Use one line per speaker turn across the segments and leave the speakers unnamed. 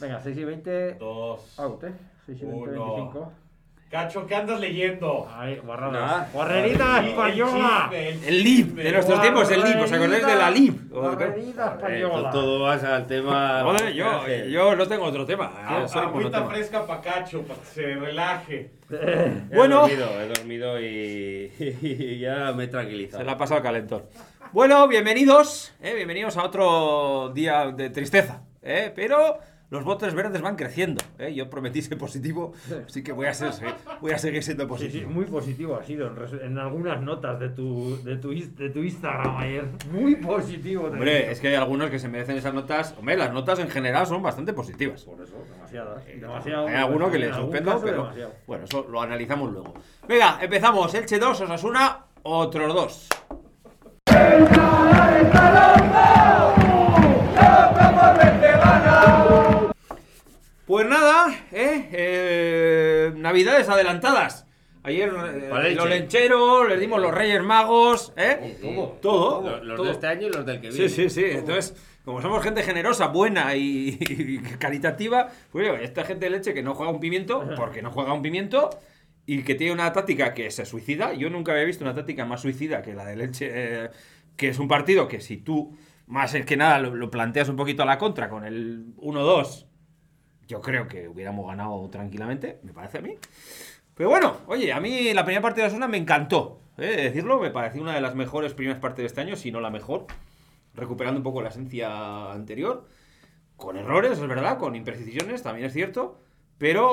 Venga, 6 y 20.
dos,
Out, ¿eh? 6 y 20,
Uno.
25.
Cacho, ¿qué andas leyendo?
Ay, guarradas.
Nada.
¡Guarrerita
El
española!
chisme, el
El LIB,
chisme.
de nuestros tiempos, el LIB. ¿Os acordáis de la LIB?
¡Guarrerita
Eh,
española!
to- todo vas al tema.
Joder, yo,
Ángel.
yo no tengo otro tema. Ah, soy
Agüita
monótono.
fresca para Cacho, para que se relaje.
He
Bueno.
dormido, he dormido y, y ya me he tranquilizado.
Se la ha pasado el calentón. Bueno, bienvenidos, eh, bienvenidos a otro día de tristeza. eh, pero los votos verdes van creciendo. eh, yo prometí ser positivo, así que voy a, ser, voy a seguir siendo
Sí, sí,
positivo.
muy positivo ha sido en, res- en algunas notas de tu, de, tu, is- de tu Instagram ayer. Muy positivo. te
Hombre,
digo.
es que hay algunos que se merecen esas notas. Hombre, las notas en general son bastante positivas.
Por eso, demasiadas. demasiado.
eh, Hay alguno que le
En algún
suspendo,
caso,
pero
demasiado.
bueno, eso lo analizamos luego. Venga, empezamos. Elche 2, Osasuna, otros dos. Pues nada, ¿eh? Eh, navidades adelantadas. Ayer eh,
Para Elche.
los lencheros, les dimos los Reyes Magos, ¿eh?
Todo.
Todo,
Los, los
todo.
de este año y los del que viene.
Sí, sí, sí. Entonces, como somos gente generosa, buena y, y caritativa, pues oye, esta gente de leche que no juega un pimiento, porque no juega un pimiento, y que tiene una táctica que se suicida. Yo nunca había visto una táctica más suicida que la de leche, eh, que es un partido que si tú, más que nada, lo, lo planteas un poquito a la contra con el 1-2, yo creo que hubiéramos ganado tranquilamente, me parece a mí. Pero bueno, oye, a mí la primera parte de Osasuna me encantó. eh, de decirlo, me pareció una de las mejores primeras partes de este año, si no la mejor. Recuperando un poco la esencia anterior. Con errores, es verdad, con imprecisiones, también es cierto. Pero.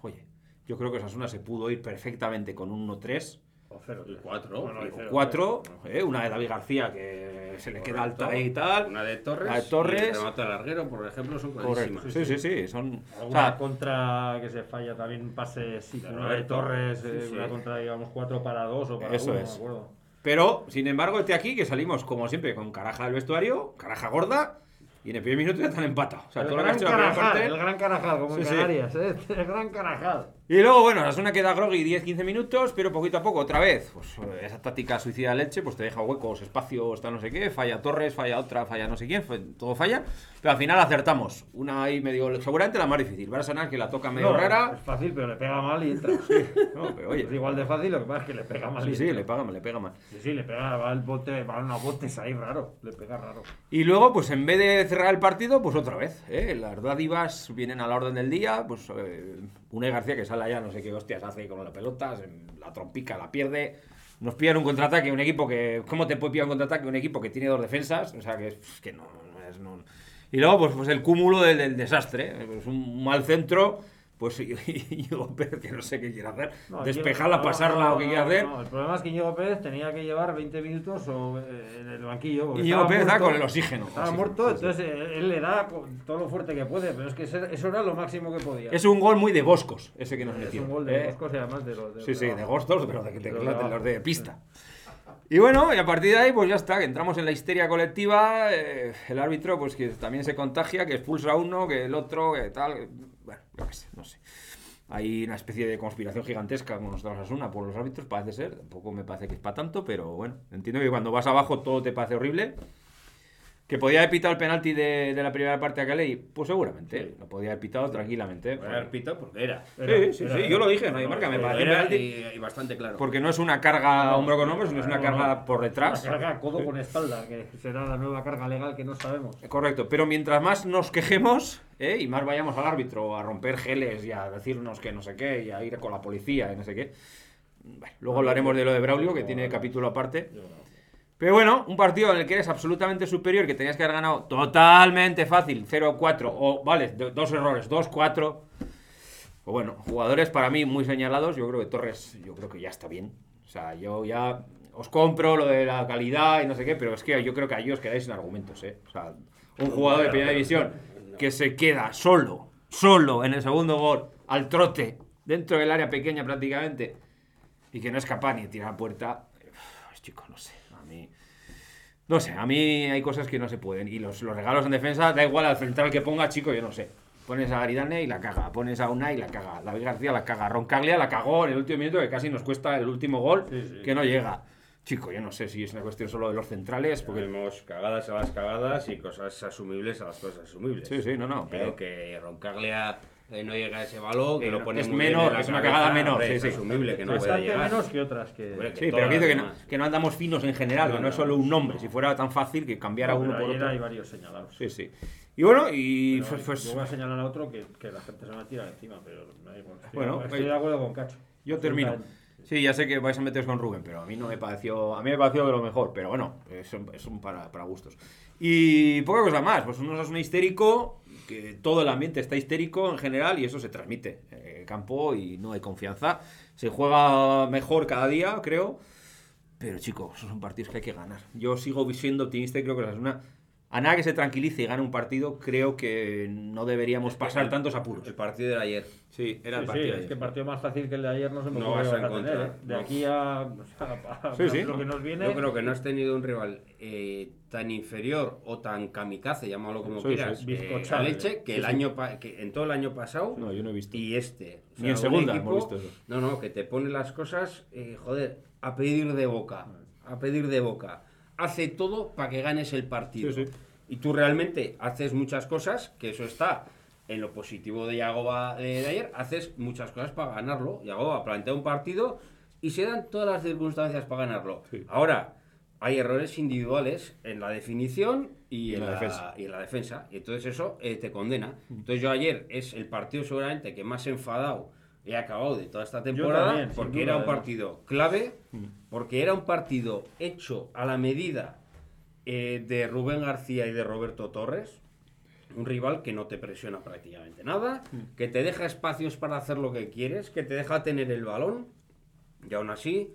Oye, yo creo que Osasuna se pudo ir perfectamente con un 1-3
O cero,
El
tres.
Cuatro.
Bueno,
el
y cero.
4. eh, una de David García que se le queda
Correcto.
alta ahí y tal.
Una de Torres.
La de Torres.
Y el remate al larguero, por ejemplo, son
Correcto.
buenísimas.
Sí, sí, sí. Son. o
Alguna
sea,
contra que se falla también, pase sí,
De
una de
Roberto.
Torres,
Sí,
eh,
sí.
una contra, digamos, 4 para 2 o para
Eso
1,
es.
me acuerdo.
Pero, sin embargo, este aquí que salimos, como siempre, con caraja del vestuario, caraja gorda, y en el primer minuto ya están empatados. O sea,
el,
todo lo que ha
gran
hecho la primera
carajal,
parte.
el gran carajal, como en
Sí, sí.
Canarias, ¿eh? El gran carajal.
Y luego, bueno, la zona queda groggy 10-15 minutos, pero poquito a poco, otra vez. Pues eh, esa táctica suicida de leche, pues te deja huecos, espacios, tal, no sé qué, falla Torres, falla otra, falla no sé quién, fa- todo falla. Pero al final acertamos. Una ahí medio, seguramente la más difícil. Barcelona que la toca medio
No,
rara.
Es fácil, pero le pega mal y entra.
No, pero oye.
Es igual de fácil, lo que pasa es que le pega mal
Sí,
y
sí,
entra.
le paga mal, le pega mal.
Sí, sí, le pega, va el bote, van unos botes ahí raro, le pega raro.
Y luego, pues en vez de cerrar el partido, pues otra vez. ¿eh? Las dádivas vienen a la orden del día. Pues eh, Unai García que sale allá, no sé qué hostias hace con la pelota, se- la trompica, la pierde. Nos pillan un contraataque, un equipo que. ¿Cómo te puede pillar un contraataque? Un equipo que tiene dos defensas. O sea, que, es que no, no es. no- Y luego, pues, pues el cúmulo del, del desastre. ¿eh? Pues un mal centro. Pues y- y Íñigo Pérez, que no sé qué quiere hacer.
No,
Despejarla,
no,
pasarla
no,
o qué
no,
quiere hacer.
no, el problema es que Íñigo Pérez tenía que llevar 20 minutos o, eh, en el banquillo. porque
Íñigo
estaba
Pérez estaba
muerto.
con el oxígeno.
Estaba
Oxígeno,
muerto,
sí, sí.
entonces eh, él le da con todo lo fuerte que puede, pero es que ese- eso era lo máximo que podía.
Es un gol muy de Boscos, ese que nos
Es
metieron.
un gol de
¿eh?
dos cosas, además de los de
Sí, sí, de
abajo.
gostos, pero de, de-
Los de
los de-
abajo.
los de pista. Y bueno, y a partir de ahí, pues ya está, que entramos en la histeria colectiva, eh, el árbitro, pues que también se contagia, que expulsa a uno, que el otro, que tal, que- bueno, yo qué sé, no sé. Hay una especie de conspiración gigantesca con los de Osasuna por los árbitros, parece ser, tampoco me parece que es para tanto, pero bueno, entiendo que cuando vas abajo todo te parece horrible. Que podía haber pitado el penalti de, de la primera parte a Caley, pues seguramente, lo podía haber pitado tranquilamente.
Voy a dar pito porque era.
Sí, sí, sí, yo lo dije, nadie
No,
marca, me
pero
pareció
era
penalti.
y, y bastante claro.
Porque no es una carga hombro con hombro, sino es una
no,
carga
no.
por
Una
detrás.
carga codo con espalda, que será la nueva carga legal que no sabemos.
Eh, Correcto, pero mientras más nos quejemos ¿eh? y más vayamos al árbitro a romper geles y a decirnos que no sé qué y a ir con la policía y no sé qué. Bueno, luego hablaremos de lo de Braulio, que tiene capítulo aparte. Pero bueno, un partido en el que eres absolutamente superior, que tenías que haber ganado totalmente fácil, 0-4, o vale, do- dos errores, 2-4. Pues bueno, jugadores para mí muy señalados. Yo creo que Torres, yo creo que ya está bien. O sea, yo ya os compro lo de la calidad y no sé qué, pero es que yo creo que ahí os quedáis sin argumentos, ¿eh? O sea, un jugador de primera división que se queda solo, solo en el segundo gol, al trote, dentro del área pequeña prácticamente, y que no es capaz ni de tirar a puerta. Pues chico, no sé, a mí... No sé, a mí hay cosas que no se pueden. Y los, los regalos en defensa, da igual al central que ponga, chico, yo no sé. Pones a Garidane y la caga. Pones a Una y la caga. David García la caga. Roncaglia la cagó en el último minuto, que casi nos cuesta el último gol
Sí, sí.
que no llega. Chico, yo no sé si es una cuestión solo de los centrales, porque...
Tenemos cagadas a las cagadas y cosas asumibles a las cosas asumibles.
Sí, Eh. sí, no, no, pero-
Pero eh, que Roncaglia eh, no llega a ese balón, que
Eh,
lo pone
es
muy bien
menor,
en la
es una
cabeza,
cagada menor,
hombre,
sí,
es
sí.
asumible que no puede
Bastante
llegar.
menos que otras que.
Hombre,
Sí,
todas
pero quiero
las
que no,
demás.
que no andamos finos en general,
No,
que no,
no,
es solo
no.
un nombre. Si fuera tan fácil que cambiara
No,
uno
pero
por
ayer
otro.
hay varios señalados.
Sí, sí. Y bueno, y
Pero
pues- pues,
yo voy a señalar a otro que, que la gente se me va a tirar encima, pero me da igual. Estoy,
Bueno,
estoy
oye,
de acuerdo con Cacho.
Yo termino. Sí, ya sé que vais a meteros con Rubén, pero a mí no me pareció, a mí me pareció de lo mejor, pero bueno, es un, es un para, para gustos. Y poca cosa más, pues uno es un histérico, que todo el ambiente está histérico en general y eso se transmite en el campo y no hay confianza. Se juega mejor cada día, creo, pero chicos, esos son partidos que hay que ganar. Yo sigo siendo optimista y creo que la una... A nada que se tranquilice y gane un partido, creo que no deberíamos pasar tantos apuros.
El partido de ayer.
Sí, era el
Sí, sí,
partido. de
es
ayer.
que partido más fácil que el de ayer no se me
No
ocurre
vas
que
a
vas a tener,
encontrar,
¿eh? De
no.
aquí a, o sea, a-
Sí, sí.
lo que nos viene.
Yo creo que no has tenido un rival eh, tan inferior o tan kamikaze, llámalo como
Sí,
quieras,
sí.
eh, a
Bizcochable.
leche, que, el Año pa- que en todo el año pasado
No, yo no he visto.
y este. O
Ni en
un
segunda hemos visto eso.
No, no, que te pone las cosas, eh, joder, a pedir de boca,
Mm.
a pedir de boca. Hace todo para que ganes el partido.
Sí, sí.
Y tú realmente haces muchas cosas, que eso está en lo positivo de Yagoba eh, de, de ayer, haces muchas cosas para ganarlo. Yagoba plantea un partido y se dan todas las circunstancias para ganarlo.
Sí.
Ahora, hay errores individuales en la definición y, en, la,
defensa.
y en la defensa. Y entonces eso eh, te condena. Entonces yo ayer es el partido seguramente que más enfadado he acabado de toda esta temporada
también, sin
porque
duda,
era un
además.
partido clave, porque era un partido hecho a la medida eh, de Rubén García y de Roberto Torres. Un rival que no te presiona prácticamente nada, que te deja espacios para hacer lo que quieres, que te deja tener el balón y aún así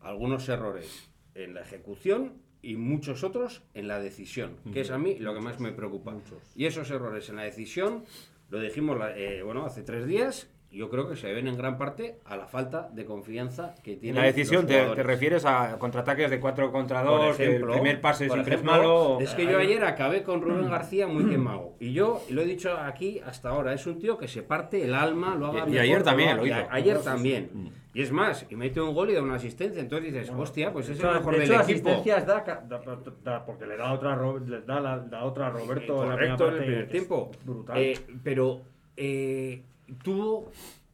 algunos errores en la ejecución y muchos otros en la decisión, que es a mí lo que más me preocupa. Y esos errores en la decisión, lo dijimos la- eh, bueno hace tres días, yo creo que se deben en gran parte a la falta de confianza que
En
tiene.
la decisión te, te refieres a contraataques de 4 contra 2, que el primer pase siempre es malo. o-
Es que yo ayer acabé con Rubén García muy quemado. Y yo lo he dicho aquí hasta ahora, es un tío que se parte el alma, lo haga
Y- y
mejor,
ayer
lo
también
haga-
lo
y
hizo.
a- Ayer también. Y es más, y mete un gol y da una asistencia. Entonces dices, hostia, pues es
De
el
hecho,
mejor
de
del
hecho,
equipo.
asistencias da, ca- da- da- porque le da otra, a Ro- le da la, da otra a Roberto en la primera
Eh, Correcto, en
parte,
el primer
que es
tiempo.
Brutal.
Eh, pero eh, tuvo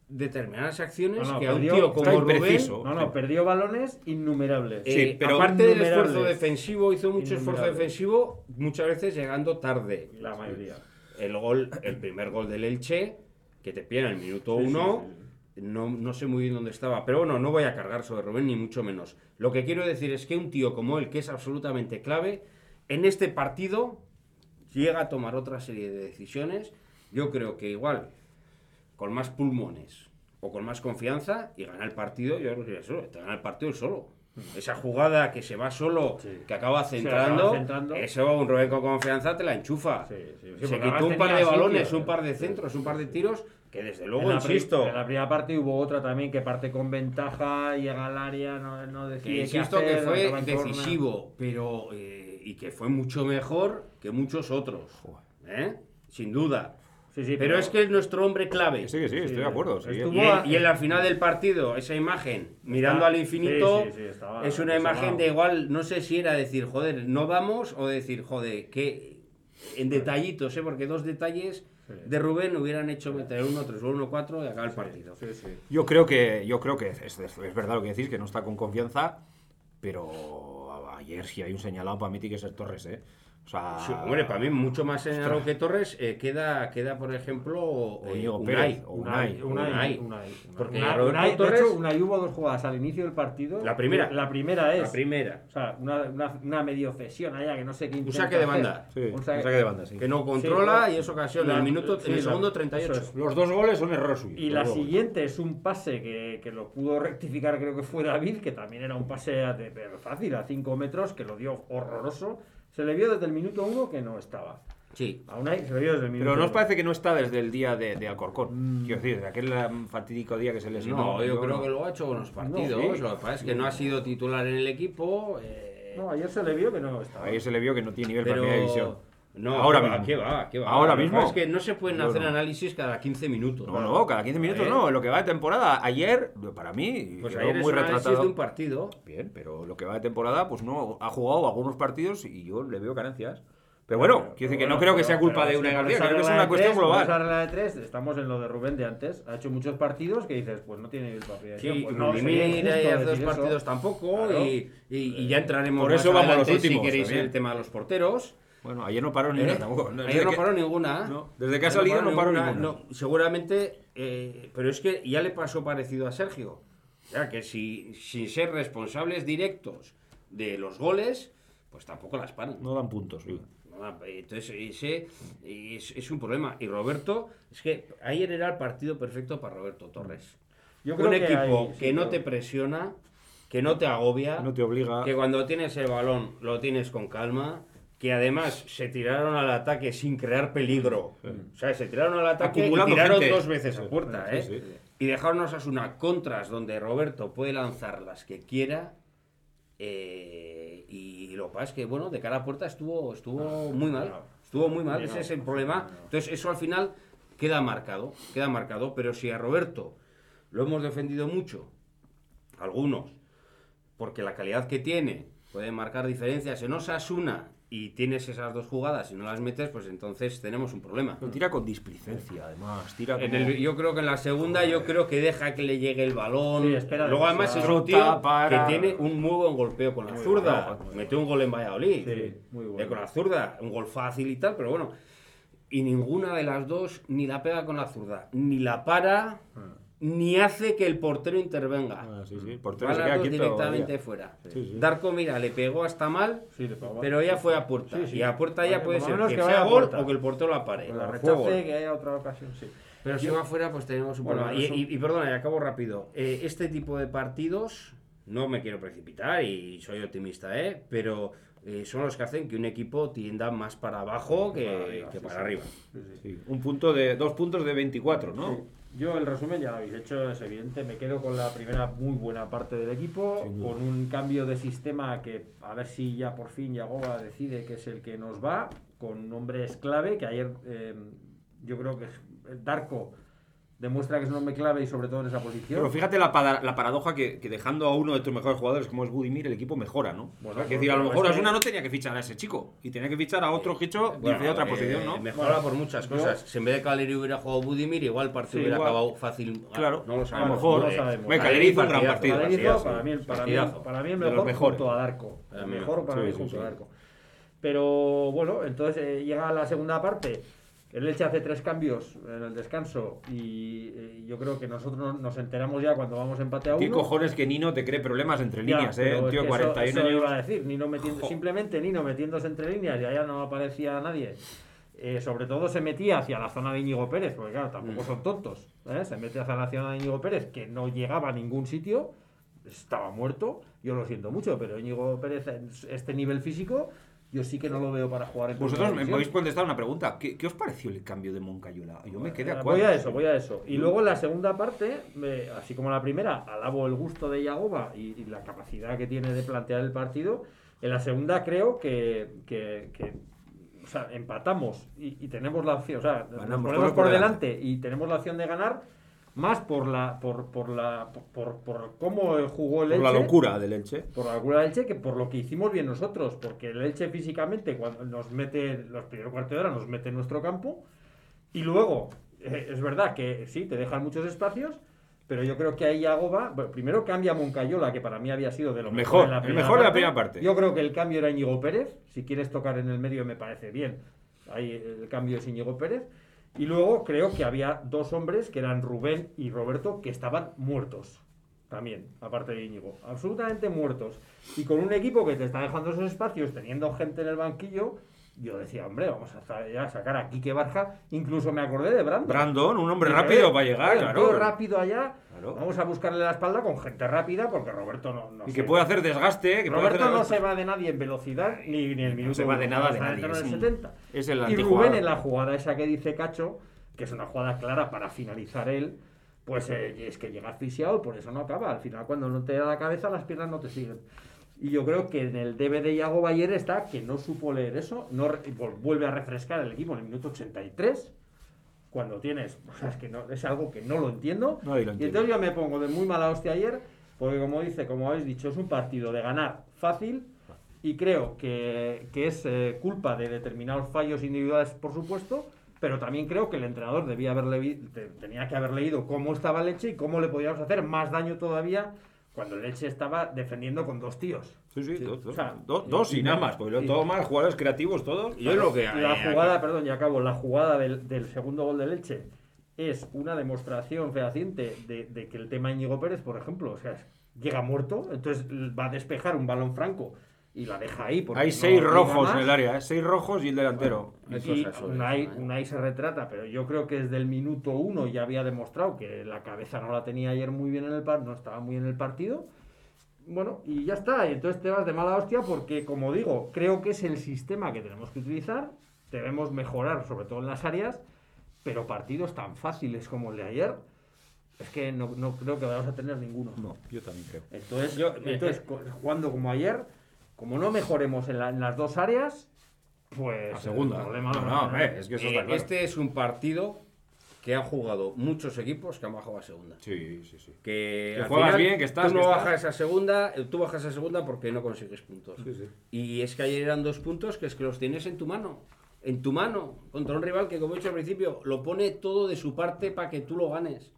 determinadas acciones
No, no,
que a un
perdió-
tío
está
como Rubén...
impreciso.
no, no, perdió balones innumerables.
Sí,
eh,
pero-
aparte del
Innumerables.
esfuerzo defensivo, hizo mucho esfuerzo
Innumerables.
defensivo, muchas veces llegando tarde.
La mayoría.
el gol, el primer gol del Elche, que te piden en el minuto uno, No, no sé muy bien dónde estaba, pero bueno, no voy a cargar sobre Rubén, ni mucho menos. Lo que quiero decir es que un tío como él, que es absolutamente clave, en este partido llega a tomar otra serie de decisiones, yo creo que igual, con más pulmones o con más confianza y gana el partido, yo creo que solo, te gana el partido él solo. Esa jugada que se va solo, que acaba centrando,
acaba centrando.
eso un Rubén con confianza te la enchufa.
Sí, sí, sí,
se
porque además
quitó un par
tenía
de balones,
sitio.
un par de centros, un par de tiros, que desde luego,
en la pri-
insisto,
En la primera parte hubo otra también que parte con ventaja, llega al área, no, no decide
que
qué
insisto que
hacer,
fue
acaba en corner.
decisivo, pero eh, y que fue mucho mejor que muchos otros, ¿eh? sin duda.
Sí, sí,
Pero, es que es nuestro hombre clave.
Que Sí, que sí, estoy de acuerdo. sí.
Estuvo-
Y él, y él al final del partido, esa imagen, mirando al infinito,
sí, sí, estaba-
es una
estaba-
imagen de igual, no sé si era decir, joder, no vamos, o decir, joder, que en detallitos, ¿eh? porque dos detalles de Rubén hubieran hecho meter uno, tres, uno, cuatro y acabar el partido.
Sí, sí.
Yo creo que, yo creo que es, es- es verdad lo que decís, que no está con confianza, pero a- ayer sí hay un señalado para mí tiene que ser Torres, ¿eh? O sea,
Sí, hombre, para mí mucho más señalado que Torres eh, queda, queda, por ejemplo, eh,
Íñigo
Unai.
Pérez, o
Unai, Unai,
Unai.
Unai, Unai.
Porque
Unai-
Roberto
Unai- de
Torres-
hecho, Unai hubo dos jugadas al inicio del partido.
La primera.
La primera es.
La primera,
O sea, una, una, una medio cesión allá que no sé qué
Un
intenta
saque de
hacer.
banda.
sí,
un saque-
un saque de banda, sí.
que no controla
Sí,
y es ocasión en
la-
el, minuto,
sí,
en el
la-
segundo
eso
38.
es.
Los dos goles son error suyo.
Y
los
la
dos goles.
siguiente es un pase que, que lo pudo rectificar, creo que fue David, que también era un pase a- de- pero fácil, a 5 metros, que lo dio horroroso. Se le vio desde el minuto 1 que no estaba.
Sí,
A Unai se le vio desde el minuto
Pero ¿no os
uno.
parece que no está desde el día de, de Alcorcón? Quiero decir, desde aquel um, fatídico día que se les
Mm. No, yo creo que lo ha hecho buenos partidos.
No, sí.
Lo que pasa es que no ha sido titular en el equipo. eh,
No, ayer se le vio que no estaba.
Ayer se le vio que no tiene nivel para
pero
primera división.
No,
Ahora
¿qué va?
mismo.
¿Qué va? ¿Qué va?
Ahora
Lo que
mismo.
pasa Es que no se pueden
Bueno.
hacer análisis cada 15 minutos.
No, no, cada 15 minutos
Ayer-
no, en lo que va de temporada. Ayer, para mí,
Pues
quedó
ayer es
muy
un análisis
retratado.
de un partido.
Bien, pero lo que va de temporada, pues no, ha jugado algunos partidos y yo le veo carencias. Pero bueno, quiero decir que no creo que sea culpa de una García, creo que es una cuestión
La
global.
regla de tres, estamos en lo de Rubén de antes. Ha hecho muchos partidos que dices, pues no tiene papel.
Sí,
pues
no,
sería injusto
dos
decir eso.
partidos tampoco
Claro.
y, y- y ya entraremos
Por
más
eso vamos los
adelante,
últimos,
si queréis
también.
en el tema de los porteros.
Bueno, ayer no paró ni
¿Eh?
una tampoco. No,
Ayer
desde
no
que-
paró ninguna.
No, desde que ha
Ayer
salido no paró ninguna.
no, seguramente, eh, pero es que ya le pasó parecido a Sergio. Ya que si, sin ser responsables directos de los goles, pues tampoco las paran.
No dan puntos. sí.
Nada, Entonces, ese es, es un problema. Y Roberto, es que ayer era el partido perfecto para Roberto Torres.
Yo creo
un
que
equipo
hay- sí,
que
creo.
no te presiona, que no te agobia,
No te obliga.
que cuando tienes el balón lo tienes con calma, que además se tiraron al ataque sin crear peligro. O sea, se tiraron al ataque
Acumulando
y tiraron
gente.
dos veces a puerta,
Sí,
¿eh?
sí.
Y dejaron a una contras donde Roberto puede lanzar las que quiera. eh, y lo que pasa es que, bueno, de cara a puerta estuvo, estuvo muy mal. Estuvo muy mal, ese es el problema. Entonces, eso al final queda marcado, queda marcado. Pero si a Roberto lo hemos defendido mucho, algunos, porque la calidad que tiene puede marcar diferencias en Osasuna y tienes esas dos jugadas y no las metes, pues entonces tenemos un problema.
Pero tira con displicencia, además. Tira
En
como-
el- yo creo que en la segunda yo creo que deja que le llegue el balón.
Sí, espera
Luego además
demasiado.
es un
Trota,
tío
para.
que tiene un muy buen golpeo con la zurda.
bueno,
Metió un gol en Valladolid.
Sí, muy bueno.
Eh, Con la zurda, un gol fácil y tal, pero bueno. Y ninguna de las dos ni la pega con la zurda, ni la para, ni hace que el portero intervenga.
Ah, sí, sí. el
Va
Portero se
las
queda
dos
quieto.
directamente
ya.
fuera.
Sí, sí.
Darko, mira, le pegó hasta mal,
Sí, le pegó.
pero ella fue a puerta.
Sí, sí.
Y a puerta
Vale,
ya puede
por lo
ser que,
menos que vaya
sea
a
gol
puerta.
o que el portero la pare.
Que la
Fue gol.
rechace, que haya otra ocasión, sí.
Pero si va fuera, pues tenemos un
Bueno,
problema. Y,
eso-
y- y perdona, y acabo rápido. Eh, este tipo de partidos, no me quiero precipitar y soy optimista, ¿eh? Pero eh, son los que hacen que un equipo tienda más para abajo que que para arriba.
sí, sí. Sí, sí.
Sí, Un punto de, dos puntos de 24, ¿no?
Sí. Yo el resumen ya lo habéis hecho, es evidente. Me quedo con la primera muy buena parte del equipo,
Sin duda.
con un cambio de sistema que a ver si ya por fin Yagoba decide que es el que nos va, con nombres clave, que ayer eh, yo creo que Darko demuestra que es un hombre clave y sobre todo en esa posición.
Pero fíjate la, pada- la paradoja que, que dejando a uno de tus mejores jugadores como es Budimir, el equipo mejora, ¿no?
Bueno, pues
O sea, que
pero-
decir, a lo
pero
mejor
es que-
Asuna no tenía que fichar a ese chico y tenía que fichar a otro chico de otra
eh,
posición, ¿no?
Mejora
Bueno,
por muchas
yo-
cosas. Si en vez de Caleri hubiera jugado Budimir, igual el partido
Sí,
hubiera
igual.
acabado fácil. Ah,
Claro,
no lo
a lo
sabemos.
mejor.
no
Eh,
lo sabemos.
Bueno, Caleri hizo un gran
partidazo,
partido.
Para mí,
partidazo,
para mí, para mí,
partidazo.
para mí el
De los
mejor
mejores.
junto a Darko. El
Para mí
mejor para
sí,
mí
sí,
junto
sí.
a Darko. Pero bueno, entonces eh, llega la segunda parte. El Leche hace tres cambios en el descanso y eh, yo creo que nosotros nos enteramos ya cuando vamos empate a uno.
Qué cojones que Nino te cree problemas entre
Ya,
líneas, ¿eh?
pero
Un
es
tío
que
de
eso-
41
eso iba a
años.
decir, Nino metiendo,
Jo.
simplemente Nino metiéndose entre líneas y allá no aparecía nadie. Eh, sobre todo se metía hacia la zona de Íñigo Pérez, porque claro,
Mm.
tampoco son tontos. ¿eh? Se mete hacia la zona de Íñigo Pérez, que no llegaba a ningún sitio, estaba muerto. Yo lo siento mucho, pero Íñigo Pérez, en este nivel físico, yo sí que no lo veo para jugar en
Vosotros me
primera
podéis
división.
contestar una pregunta. ¿Qué, qué os pareció el cambio de Moncayola? Yo me quedé a
Voy a
cuadros. ¿eh?
eso, voy a eso. Y luego la segunda parte, me- así como la primera, alabo el gusto de Yagoba y, y la capacidad que tiene de plantear el partido. En la segunda creo que, que- que, o sea, empatamos y, y tenemos la opción, o sea, nos
Ganamos,
ponemos
todos
por
por
delante. y tenemos la opción de ganar más por la por, por la por, por cómo jugó el
Por la
Elche
locura del Elche.
por la locura del Elche que por lo que hicimos bien nosotros, porque el Elche físicamente cuando nos mete los primeros cuartos de hora nos mete en nuestro campo y luego eh, es verdad que sí te dejan muchos espacios, pero yo creo que ahí Agoba bueno, primero cambia a Moncayola que para mí había sido de lo
Mejor,
en
el mejor de la primera parte.
Yo creo que el cambio era Íñigo Pérez, si quieres tocar en el medio me parece bien. Ahí el cambio es Íñigo Pérez. Y luego creo que había dos hombres que eran Rubén y Roberto que estaban muertos también, aparte de Íñigo, absolutamente muertos. Y con un equipo que te está dejando esos espacios, teniendo gente en el banquillo, yo decía, hombre, vamos a sa- ya sacar a Quique Barja. Incluso me acordé de Brandon.
Brandon, un hombre
Y
rápido
eh,
para llegar,
eh, un tío
claro.
rápido allá.
Claro.
Vamos a buscarle la espalda con gente rápida, porque Roberto no. no
Y
sé.
que puede hacer desgaste. Que puede
Roberto
hacer
no
desgaste.
se va de nadie en velocidad ni, ni el minuto.
se va de
uno,
nada de
hasta
nadie,
dentro
es
del
un-
70.
es el
y Rubén
antijugador.
en la jugada esa que dice Cacho, que es una jugada clara para finalizar él, pues eh, es que llega asfixiado y por eso no acaba. Al final, cuando no te da la cabeza, las piernas no te siguen. Y yo creo que en el DVD de Iago Bayer está que no supo leer eso, no re- y vol- vuelve a refrescar el equipo en el minuto 83, cuando tienes, es que no, es algo que no lo entiendo.
Nadie lo
y
entiende.
entonces yo me pongo de muy mala hostia ayer, porque como dice, como habéis dicho, es un partido de ganar fácil y creo que, que es eh, culpa de determinados fallos individuales, por supuesto, pero también creo que el entrenador debía haberle vi- te- tenía que haber leído cómo estaba Leche y cómo le podíamos hacer más daño todavía cuando Leche estaba defendiendo con dos tíos.
Sí, sí, dos, dos,
o sea,
do- dos y nada más, porque luego
y-
todo más, jugadores creativos, todos.
Yo lo que.
Y la jugada, perdón, ya acabo, la jugada del, del segundo gol de Leche es una demostración fehaciente de, de que el tema Íñigo Pérez, por ejemplo, o sea, llega muerto, entonces va a despejar un balón franco y la deja ahí. porque
Hay
no
seis
llega
rojos
más.
en el área, ¿eh? seis rojos y el delantero.
Hay
Y
cosas sobre
Unai,
eso, ¿eh?
Unai se retrata, pero yo creo que desde el minuto uno ya había demostrado que la cabeza no la tenía ayer muy bien en el partido, no estaba muy en el partido. Bueno, y ya está, y entonces te vas de mala hostia porque, como digo, creo que es el sistema que tenemos que utilizar, debemos mejorar, sobre todo en las áreas, pero partidos tan fáciles como el de ayer, es que no, no creo que vayamos a tener ninguno.
No, yo también creo.
Entonces, entonces, co- jugando como ayer, como no mejoremos en, la- en las dos áreas, pues...
La segunda.
el problema lo
No,
va a
no,
tener
hombre, es que eso está
Eh,
claro.
Este es un partido que han jugado muchos equipos que han bajado a segunda.
Sí, sí, sí.
Que,
Que
al
juegas bien, que estás,
Tú no
que estás.
bajas a segunda, eh, tú bajas a segunda porque no consigues puntos. Y es que ayer eran dos puntos que es que los tienes en tu mano. En tu mano, contra un rival que, como he dicho al principio, lo pone todo de su parte para que tú lo ganes.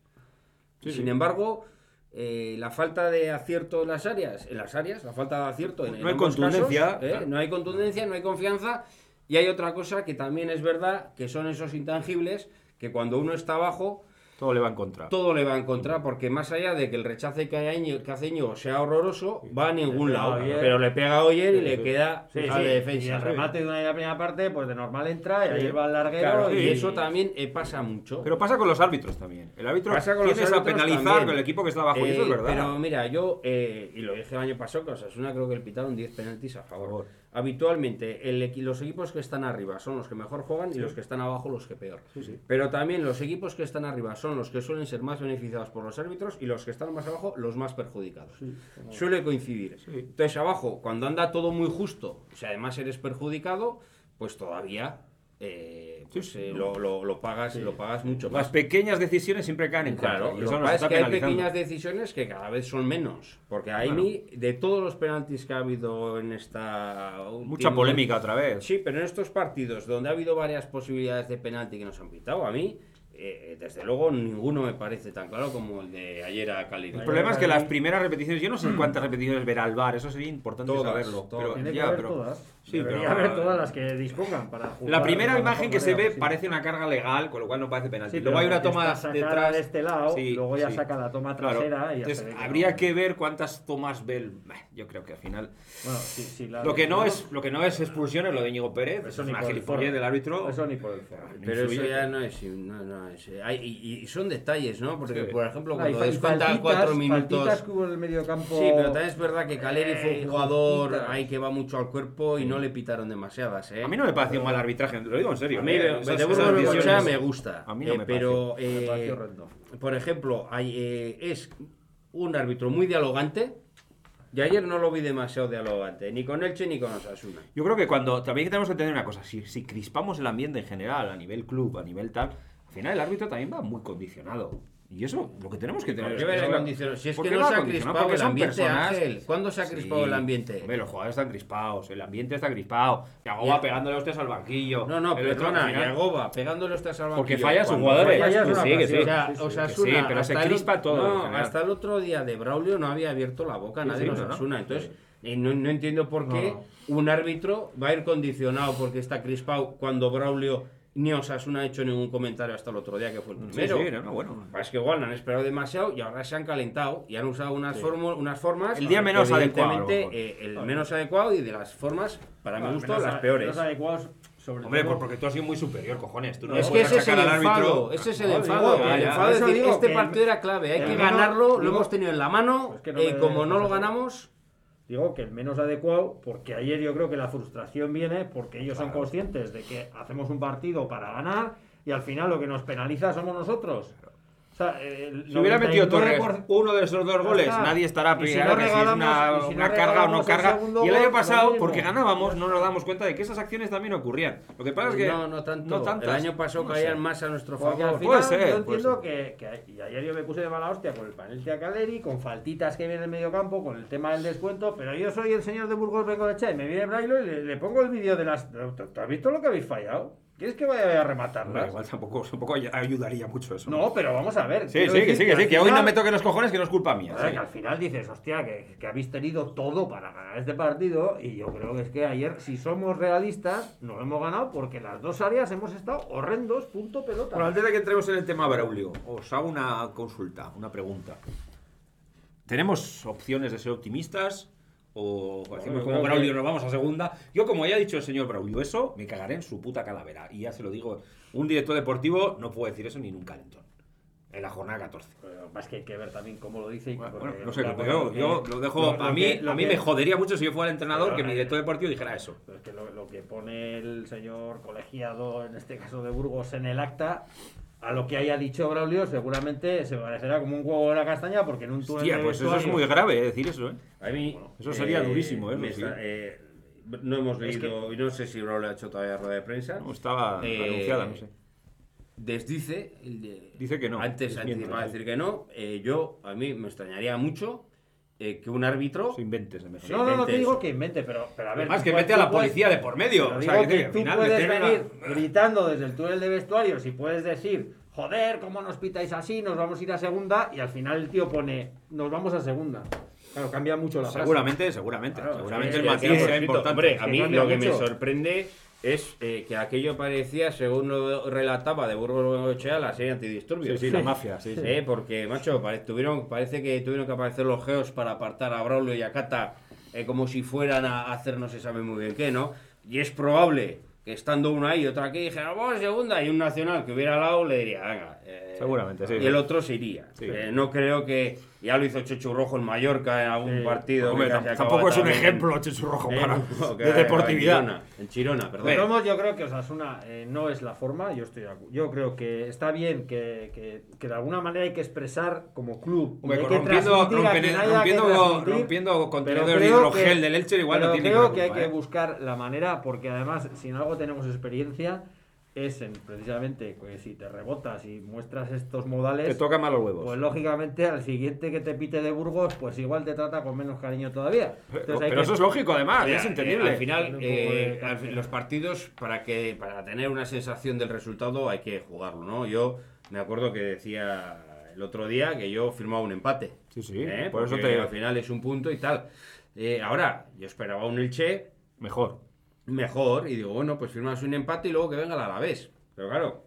Sí,
Sin
sí.
embargo, eh, la falta de acierto en las áreas, en las áreas, la falta de acierto en, en
No hay
ambos
contundencia,
casos, ¿eh?
claro.
no hay contundencia, no hay confianza. Y hay otra cosa que también es verdad, que son esos intangibles que cuando uno está abajo,
Todo le va en contra.
todo le va en contra, porque más allá de que el rechace que, hay, Íñigo- que hace Íñigo sea horroroso, va a ningún
Le pega
lado.
a Oyer.
Pero le pega a Oyer y
Sí,
le
sí.
queda pues,
Sí,
a
sí,
la
Y el
defensa.
remate de una de la primera parte, pues de normal entra y
Sí.
ahí va el larguero.
Claro,
y...
y eso también eh, pasa mucho.
Pero pasa con los árbitros también. El árbitro
Pasa con los
tienes a
árbitros
penalizar
también.
con el equipo que está abajo, y
Eh,
eso es verdad.
Pero mira, yo, eh, y lo dije el año pasado, que Osasuna creo que le pitaron 10 penaltis a favor.
A favor.
Habitualmente, el equi- los equipos que están arriba son los que mejor juegan y los que están abajo los que peor.
sí.
Pero también los equipos que están arriba son los que suelen ser más beneficiados por los árbitros y los que están más abajo los más perjudicados. Suele coincidir.
Sí.
Entonces, abajo, cuando anda todo muy justo, si además eres perjudicado, pues todavía... eh, pues,
sí,
eh,
no.
lo, lo- lo pagas lo pagas mucho más
Las pequeñas decisiones siempre caen en contra.
Claro,
y
lo
eso
que
nos
pasa es
está
que hay
penalizando.
pequeñas decisiones que cada vez son menos. Porque ahí ni- de todos los penaltis que ha habido en esta.
Mucha
última-
polémica otra vez.
Sí, pero en estos partidos donde ha habido varias posibilidades de penalti que nos han pitado, a mí, eh, desde luego, ninguno me parece tan claro como el de ayer a Cali.
El problema es que las primeras repeticiones, yo no sé cuántas repeticiones verá el VAR, eso sería importante
Todas,
saberlo.
todas.
Pero,
Tiene que
ya,
haber
pero-
todas.
Sí,
Debería
pero-
haber todas las que dispongan para jugar.
La primera
de
imagen
mejor
que se
manera
ve
posible.
parece una carga legal, con lo cual no parece penalti.
Sí,
luego
pero
hay una
porque
toma
está sacada
detrás.
de este lado, luego ya saca la toma trasera y ya se
Entonces,
ve que
habría
no.
que ver cuántas tomas ve el- Bah, Yo creo que al final.
Bueno, sí, sí, la-
Lo que no es, lo que no es expulsión es lo de Íñigo Pérez.
Eso
Eso es
ni
una
por el
gilipollez
foro.
del árbitro.
Eso ni por el foro.
Pero eso
influye.
ya no es. no- no es- eh, hay- y, y son detalles, ¿no? Porque,
Sí.
por ejemplo,
Ah, y
cuando
fa- y
descuentan
faltitas-
cuatro minutos.
faltitas que hubo en el medio campo.
Sí, pero también es verdad que Caleri fue
Eh,
un jugador
hijoputa.
ahí que va mucho al cuerpo y no le pitaron demasiadas, ¿eh?
A mí no me pareció un mal arbitraje, lo digo en serio.
A mí
¿eh?
de-
Esas-
de
esas
Burgos
decisiones-
Bengochea me gusta.
A mí no
eh,
me
pero,
Me pareció
eh,
horrendo.
por ejemplo, hay, eh, es un árbitro muy dialogante. Y ayer no lo vi demasiado dialogante, ni con Elche ni con Osasuna.
Yo creo que cuando. También tenemos que entender una cosa. Si, si crispamos el ambiente en general, a nivel club, a nivel tal, al final el árbitro también va muy condicionado. Y eso, lo que tenemos que tener
¿Por qué ves
es-
la condición? Si es
¿Por
que
qué
no
va
se ha
condicionado?
crispado
Porque
el
son
ambiente,
personas-
Ángel. ¿Cuándo se ha crispado el ambiente?
Hombre, los jugadores están crispados, el ambiente está crispado. Yago
Ya.
va pegándole hostias al banquillo.
No, no,
el otro al
perdona,
final-
Yagoba, pegándole hostias al
Porque
banquillo,
falla sus
cuando
jugadores.
fallas
Falla es
que
una
sí, que sí.
ocasión.
O sea,
sí, sí,
Osasuna.
que sí, pero
hasta
se
el-
crispa todo, en
No,
general.
hasta el otro día de Braulio no había abierto la boca
Sí,
nadie
sí,
en
no, no.
Osasuna. Entonces, eh, no, no entiendo por qué un árbitro va a ir condicionado porque está crispado cuando Braulio ni Osasuna ha hecho ningún comentario hasta el otro día que fue el
Sí,
primero.
sí, no, no, bueno.
Es que igual no han esperado demasiado y ahora se han calentado y han usado unas, formo- unas formas.
El día menos adecuado, a lo
evidentemente,
mejor.
eh, el menos adecuado y de las formas, para mi gusto,
Menos
las
a-
peores.
menos adecuados, sobre
Hombre,
todo-
pues porque tú has sido muy superior, cojones. Tú no
Es
le
que
puedes
ese es el
achacar al
enfado,
árbitro.
ese es el
No,
enfado.
digo,
el
ya,
enfado
ya.
es
Eso
decir,
digo
este
que-
partido era clave, hay
que
que
no-
ganarlo, lo
digo-
hemos tenido en la mano,
Pues que no
eh,
me-
como no
no
lo
sé.
ganamos,
Digo que el menos adecuado, porque ayer yo creo que la frustración viene porque ellos son conscientes de que hacemos un partido para ganar y al final lo que nos penaliza somos nosotros. O Está, eh, el
Si hubiera metido
99%
Torres uno de esos dos goles,
está.
nadie estará
Y si
pillado
no
que si es
regalamos-
una,
y si no
una carga o no
regalamos el
carga.
segundo
Y el año
gol, lo
pasado,
mismo.
porque ganábamos, no nos damos cuenta de que esas acciones también ocurrían. Lo que pasa es que.
no, no tanto.
tantas.
El año pasado
No sé.
caían más a nuestro
Porque
favor.
al final
puede ser,
yo
puede
entiendo que, que- y ayer yo me puse de mala hostia con el panel de Caleri, con faltitas que viene en el medio campo, con el tema del descuento, pero yo soy el señor de Burgos Bengoechea y me viene Brailo y le, le pongo el vídeo de las... ¿Te, te has visto lo que habéis fallado? ¿Quieres que vaya a
Hombre,
rematarlas?
igual tampoco, tampoco ay- ayudaría mucho eso.
No, pero vamos a ver.
Sí,
quiero
sí, que
decir
sí, que sí,
al
que hoy no
final-
me toquen los cojones, que no es culpa mía.
Joder,
sí.
que al final dices, hostia, que, que habéis tenido todo para ganar este partido. Y yo creo que es que ayer, si somos realistas, nos hemos ganado porque en las dos áreas hemos estado horrendos, punto pelota.
Bueno, antes de que entremos en el tema Braulio, os hago una consulta, una pregunta. ¿Tenemos opciones de ser optimistas? ¿O hacemos
yo
como
creo
Braulio
que-
nos vamos a segunda? Yo, como ya ha dicho el señor Braulio, eso me cagaré en su puta calavera. Y ya se lo digo, un director deportivo no puede decir eso ni en un calentón. En la jornada 14.
Pero más que hay que ver también cómo lo dice y
Bueno,
porque-
no sé,
la
lo
cosa
veo,
que-
yo lo dejo.
lo- lo
a mí,
que- lo
a mí
que- eh.
me jodería mucho si yo fuera el entrenador que mi director deportivo dijera eso.
Pero es que lo, lo que pone el señor colegiado, en este caso de Burgos, en el acta, a lo que haya dicho Braulio, seguramente se parecerá como un huevo de la castaña, porque en un túnel.
Hostia,
de
pues eso es
vestuario-
muy grave eh, decir eso, ¿eh?
A mí,
eso sería durísimo, ¿eh?
me
Sí.
está- eh, no hemos
Es
leído, y no sé si Braulio ha hecho todavía rueda de prensa.
No, estaba
Eh,
anunciada, no sé.
Desdice. el de-
Dice que no.
Antes
Desmiente,
anticipaba
sí.
decir que no. Eh, yo, a mí me extrañaría mucho eh, que un árbitro.
No se inventes, de mejor.
No, no, no te
invente
digo
eso.
que invente, pero, pero a ver.
Además,
tú
que
puedes-
mete a la
tú puedes-
policía de por medio.
Pero
o
digo
sea,
que
que al
tú
final
puedes
meter una-
venir gritando desde el túnel de vestuarios y puedes decir, joder, ¿cómo nos pitáis así? Nos vamos a ir a segunda. Y al final el tío pone, nos vamos a segunda. Claro, cambia mucho la frase.
Seguramente, seguramente.
Claro,
seguramente
sí,
el
sí,
matiz
sí,
sea
sí,
importante.
Hombre, a
Sí,
mí
cambia
lo que me
mucho.
sorprende es eh, que aquello parecía, según lo relataba de Burgos Bengochea, la serie antidisturbios.
Sí, sí, la mafia, sí, sí.
Eh, porque, macho, pare- tuvieron, parece que tuvieron que aparecer los geos para apartar a Braulio y a Cata eh, como si fueran a hacernos se sabe muy bien qué, ¿no? Y es probable que estando una ahí y otra aquí dijeran, vamos segunda, y un nacional que hubiera al lado le diría, venga. eh,
Seguramente, sí,
Y
sí.
el otro se iría.
Sí.
Eh, no creo que. Ya lo hizo Chechu Rojo en Mallorca en algún
Sí.
partido.
Hombre,
que casi
tam-
acaba
tampoco es un
también-
ejemplo, Chechu Rojo,
eh,
para-
no, que
de
va, que va, En
deportividad.
Chirona, en Chirona,
De todos
perdón.
modos, yo creo que Osasuna eh, no es la forma, yo estoy de acu- Yo creo que está bien que, que- que de alguna manera hay que expresar como club. y
Hombre,
hay que
rompiendo,
transmitir a quien
rompiendo,
haya que
rompiendo,
transmitir,
rompiendo
pero
contenedores de
creo
hidrogel
que-
del Elche, igual
pero
no tiene
creo
ninguna
que hay
culpa,
que
¿eh?
buscar la manera, porque además, si en algo tenemos experiencia, es en precisamente que si te rebotas y muestras estos
Te
modales,
toca mal los
pues
huevos.
lógicamente al siguiente que te pite de Burgos, pues igual te trata con menos cariño todavía. Entonces, hay
Pero
que-
eso es lógico, además,
Mira,
es
eh,
entendible.
al final,
Tiene un poco de
eh, al fin- los partidos, para que para tener una sensación del resultado, hay que jugarlo, ¿no? Yo me acuerdo que decía el otro día que yo firmaba un empate.
Sí, sí,
¿eh?
por eso
Porque
te-
Al final es un punto y tal. Eh, ahora, yo esperaba un Elche
Mejor.
mejor y digo, bueno, pues firmas un empate y luego que venga el Alavés. Pero claro,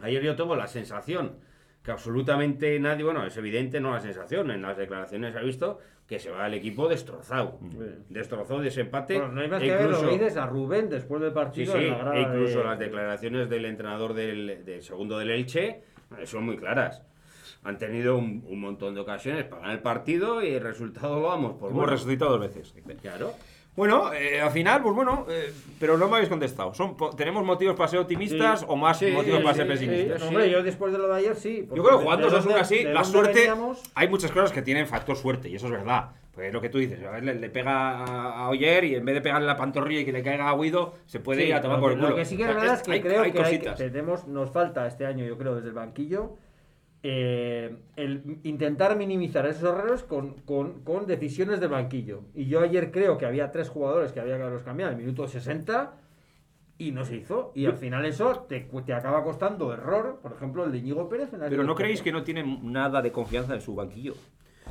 ayer yo tengo la sensación que absolutamente nadie, bueno, es evidente, no la sensación, en las declaraciones se ha visto que se va el equipo destrozado. Destrozó ese
Este
empate.
Bueno, Pues no hay más
e
que ver lo que
incluso-
dices a Rubén después del
Sí,
partido.
sí,
en la grada
e incluso
de-
las declaraciones del entrenador del, del segundo del Elche eh, son muy claras. Han tenido un, un montón de ocasiones para ganar el partido y el resultado lo vamos por
Hemos
bueno.
resucitado dos veces.
Claro.
Bueno, eh, al final, pues bueno, eh, pero no me habéis contestado. Son, po- ¿Tenemos motivos para ser optimistas
Sí.
o más
Sí,
motivos
sí,
para
sí,
ser
sí.
pesimistas?
No, Hombre, yo después de lo de ayer sí.
Yo
porque
creo
de-
que jugando
de
dos una
dónde-
así,
de
la
dónde
suerte.
veníamos,
Hay muchas cosas que tienen factor suerte, y eso es verdad. Pues lo que tú dices, a ver, le, le pega a, a Oyer y en vez de pegarle la pantorrilla y que le caiga a Guido, se puede
sí,
ir a tomar
lo
por
que-
el culo.
Lo que sí que es
O sea,
verdad
es-
es que
hay-
creo
hay
que, hay que-
cositas.
tenemos, nos falta este año, yo creo, desde el banquillo, eh, el intentar minimizar esos errores con, con- con decisiones del banquillo. Y yo ayer creo que había tres jugadores que había que haberlos cambiado en el minuto 60 y no se hizo. Y al final eso te, cu- te acaba costando error, por ejemplo, el de Íñigo Pérez. en las
Pero
dos
no creéis
partes.
que no tienen nada de confianza en su banquillo.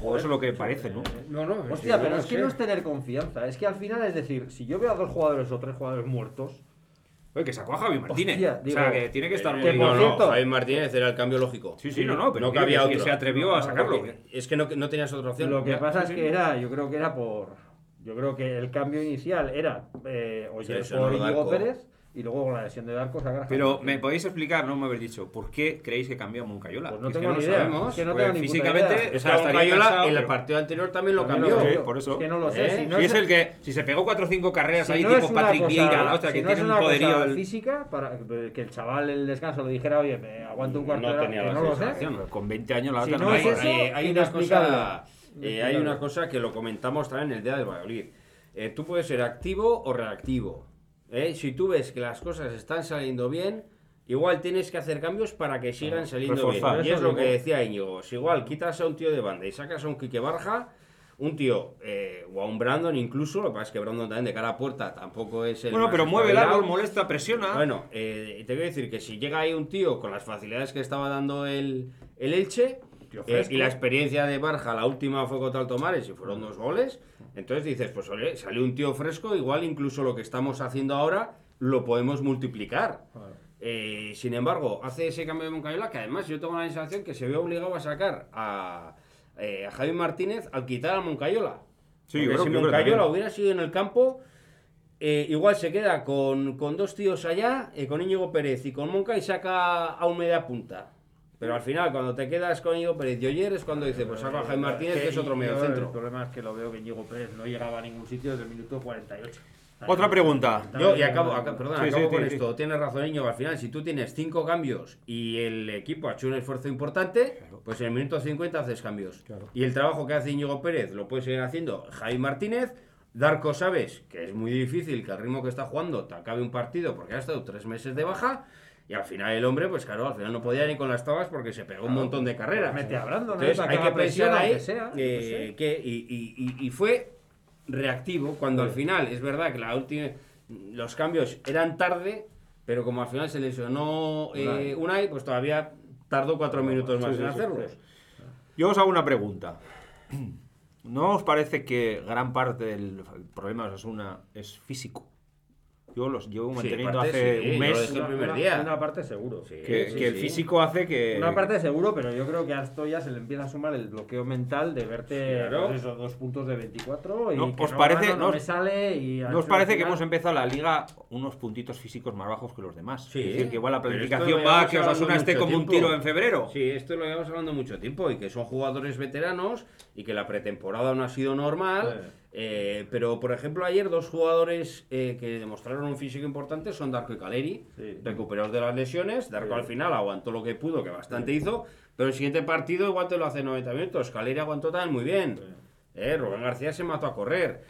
O eso es lo que parece, ¿no?
eh,
No, no.
Hostia, pero es que no es tener confianza. Es que al final, es decir, si yo veo a dos jugadores o tres jugadores muertos,
Oye, que sacó a Javi Martínez.
Hostia,
o sea,
digo,
que tiene que estar
eh,
muy.
que por
no, no,
cierto-
Javi Martínez era el cambio lógico.
Sí, sí, no, no, pero
no
que-
cabía
que
otro.
se atrevió a sacarlo.
Es que no, no tenías otra opción.
Lo que
Ya.
pasa es que era, yo creo que era por. Yo creo que el cambio inicial era eh, Oyer
Sí, eso
por
no lo da
Íñigo
co-
Pérez y luego con la lesión de Darcos a Graham.
Pero me podéis explicar, no me habéis dicho, ¿por qué creéis que cambió Moncayola?
Pues no
Es que
tengo
lo
ni idea,
sabemos.
es que no
Pues
tengo ninguna idea.
físicamente, o sea,
Pero
estaría
Moncayola,
cansado,
el
pero-
partido anterior también lo
También
cambió.
lo
Sí,
cambió.
por eso.
Es que no lo sé.
¿Eh?
Si no
si
es
es el que, si se pegó 4 o 5 carreras
si
ahí,
no es
tipo
una
Patrick
cosa-
Vieira, la hostia,
si
que
no es
tiene un
una cosa
poderío. el-
física para que el chaval el descanso le dijera, oye, me aguanto un
No
cuarto de hora",
tenía
que
la
no lo sé.
sensación.
Con 20 años la
Si
otra
no es
hay-
eso,
Eh, hay una
inexplicable.
cosa, eh, hay
Inexplicable.
una cosa que lo comentamos también el día del Valladolid. Eh, tú puedes ser activo o reactivo. ¿eh? Si tú ves que las cosas están saliendo bien, igual tienes que hacer cambios para que sigan saliendo
reforzar.
bien. Y es
Eso
lo que
digo.
decía Íñigo. Si igual quitas a un tío de banda y sacas a un Quique Barja, un tío eh, o a un Brandon incluso, lo que pasa es que Brandon también de cara a puerta tampoco es el...
Bueno,
más
pero mueve el árbol,
espabilado.
molesta, presiona.
Bueno, eh, te voy a decir que si llega ahí un tío con las facilidades que estaba dando el, el Elche
Tío
eh,
fresco.
y la experiencia de Barja, la última fue contra el Tomares y fueron dos goles, entonces dices, pues oye, salió un tío fresco, igual incluso lo que estamos haciendo ahora lo podemos multiplicar. Eh, sin embargo, hace ese cambio de Moncayola que además yo tengo la sensación que se vio obligado a sacar a, eh, a Javi Martínez al quitar a Moncayola.
Sí,
Porque
yo creo-
si
yo creo
Moncayola
también.
hubiera sido en el campo, eh, igual se queda con, con dos tíos allá, eh, con Íñigo Pérez y con Monca y saca a un media punta. Pero al final, cuando te quedas con Íñigo Pérez y Oyer es cuando dice, pues saco a Jaime Martínez, que es otro
yo
medio
El
centro.
problema es que lo veo que Diego Pérez no llegaba a ningún sitio desde el minuto 48.
Otra pregunta.
Yo, y acabo, aca- perdón,
Sí, sí,
acabo
sí,
con
sí.
esto. Tienes razón, Íñigo. Al final, si tú tienes cinco cambios y el equipo ha hecho un esfuerzo importante, pues en el minuto 50 haces cambios. Y el trabajo que hace Íñigo Pérez lo puede seguir haciendo Javi Martínez. Darko, sabes que es muy difícil que el ritmo que está jugando te acabe un partido porque ha estado tres meses de baja. Y al final el hombre, pues claro, al final no podía ni con las tabas porque se pegó un montón de carreras.
Mete a Brandon, ¿eh?
Entonces,
Para
hay
que
que
haga
presionar
presión,
ahí.
aunque sea, yo
eh,
qué sé.
que- y, y- y- y fue reactivo cuando al final, es verdad que la última, los cambios eran tarde, pero como al final se lesionó eh, Unai, pues todavía tardó cuatro minutos más
sí,
en
sí,
hacerlos.
Yo os hago una pregunta. ¿No os parece que gran parte del problema de Osasuna es físico? Yo los llevo manteniendo
parte
hace
sí,
un
yo
mes
lo dije el
Una-
primer
una-
día.
Una parte seguro.
que,
Sí,
que el
sí.
físico hace que...
Una parte seguro, pero yo creo que a esto ya se le empieza a sumar el bloqueo mental de verte
Sí, claro.
pues eso, dos puntos de 24 y
No,
que
¿os
no
parece-
gano, no
no os-
me sale y al
¿No os parece que
final-
hemos empezado la liga unos puntitos físicos más bajos que los demás?
Sí.
es decir, que igual la
Pero esto
planificación
lo
va a
llevamos
que Osasuna
hablando
esté
mucho
como un
tiempo.
tiro en febrero.
Sí, esto lo llevamos hablando mucho tiempo y que son jugadores veteranos y que la pretemporada no ha sido normal. eh, pero, por ejemplo, ayer dos jugadores eh, que demostraron un físico importante son Darko y Caleri,
Sí.
recuperados de las lesiones. Darko al final aguantó lo que pudo, que bastante hizo, pero el siguiente partido igual te lo hace 90 minutos. Caleri aguantó también muy bien. Eh, Rubén García se mató a correr.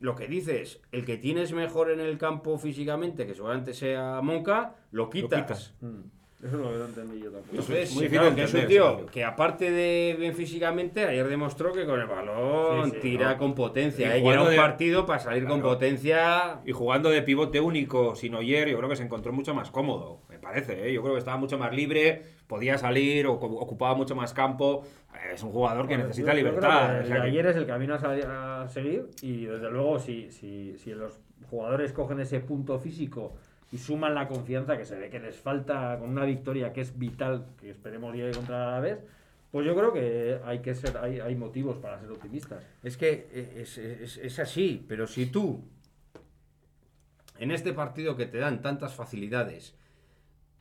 Lo que dices, el que tienes mejor en el campo físicamente, que seguramente sea Monca, lo quitas.
quitas.
Mm, Eso es lo que no entendí yo tampoco.
Entonces, sí,
muy difícil
claro, que es un
entender,
tío
sí.
que aparte de bien físicamente, ayer demostró que con el balón
Sí, sí,
tira
¿no?
con potencia.
Y
¿eh? Y era
jugando
un
de-
partido para salir con
Claro.
potencia.
Y jugando de pivote único, sin Oyer, yo creo que se encontró mucho más cómodo, me parece. ¿eh? Yo creo que estaba mucho más libre, podía salir, o co- ocupaba mucho más campo. Es un jugador que
Bueno,
necesita
yo- yo creo que
libertad. o sea
el de
que-
ayer es el camino a, sali- a seguir y desde luego si, si, si los jugadores cogen ese punto físico y suman la confianza que se ve que les falta con una victoria que es vital, que esperemos llegue contra la vez, pues yo creo que hay que ser hay, hay motivos para ser optimistas.
Es que e, es, es- es así, pero si tú, en este partido que te dan tantas facilidades,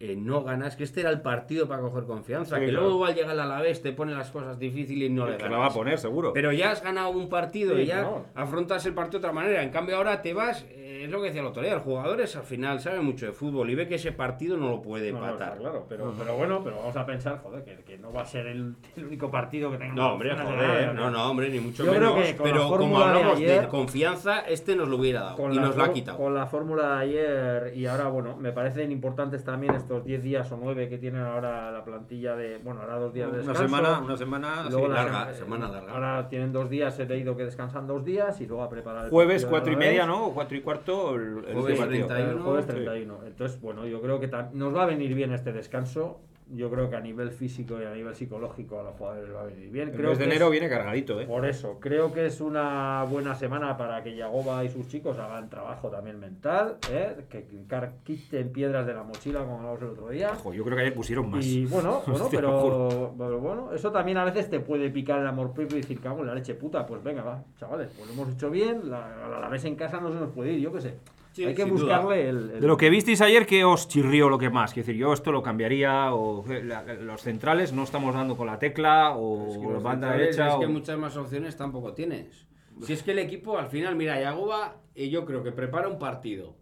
eh, no ganas, que este era el partido para coger confianza,
Sí,
que
claro.
luego igual llega el Alavés, te pone las cosas difíciles y no le
que la va a
ganas.
poner, seguro.
Pero ya has ganado un partido
Sí,
y ya
claro.
afrontas el partido de otra manera. En cambio, ahora te vas, eh, es lo que decía el otro día, los jugadores al final saben mucho de fútbol y ve que ese partido no lo puede
No, no, está
empatar. No,
claro, pero, pero bueno, pero vamos a pensar, joder, que, que no va a ser el, el único partido que tengamos.
hombre,
una
joder,
jornada.
no, no, hombre, ni mucho
Yo creo
menos.
que con la
Pero como
fórmula de
hablamos de,
ayer-
confianza, este nos lo hubiera dado
con
y
la
nos lo ha
for-
quitado.
Con la fórmula de ayer y ahora, bueno, me parecen importantes también estos 10 días o 9 que tienen ahora la plantilla de, bueno, ahora dos días de
una
descanso.
semana, una semana.
Y luego
sí,
la
larga,
sema-
semana larga.
Ahora tienen dos días, he leído que descansan dos días y luego a preparar el
Jueves
partido de
cuatro y
Alavés.
media, ¿no? O cuatro y cuarto el, el
Jueves
último partido.
31.
El jueves
sí.
31. Entonces, bueno, yo creo que tam- nos va a venir bien este descanso. Yo creo que a nivel físico y a nivel psicológico a los jugadores les va a venir bien.
El
creo
mes de
que
enero
es-
viene cargadito, ¿eh?
Por eso, creo que es una buena semana para que Yagoba y sus chicos hagan trabajo también mental, ¿eh? que car- quiten piedras de la mochila, como hablamos el otro día.
Ojo, yo creo que ayer pusieron más.
Y bueno, bueno
Hostia,
pero, pero bueno, eso también a veces te puede picar el amor propio y decir, cago en la leche puta, pues venga, va, chavales, pues lo hemos hecho bien, la, la, la vez en casa no se nos puede ir, yo qué sé.
Sí,
Hay que
sin
buscarle el, el-
De lo que visteis ayer, ¿qué os chirrió lo que más? Quiero decir, yo esto lo cambiaría, o eh, la- la- los centrales no estamos dando con la tecla, o
Es que los
banda
centrales,
derecha.
Es que
o-
muchas más opciones tampoco tienes. Si es que el equipo al final, mira, Yagoba, eh, yo creo que prepara un partido.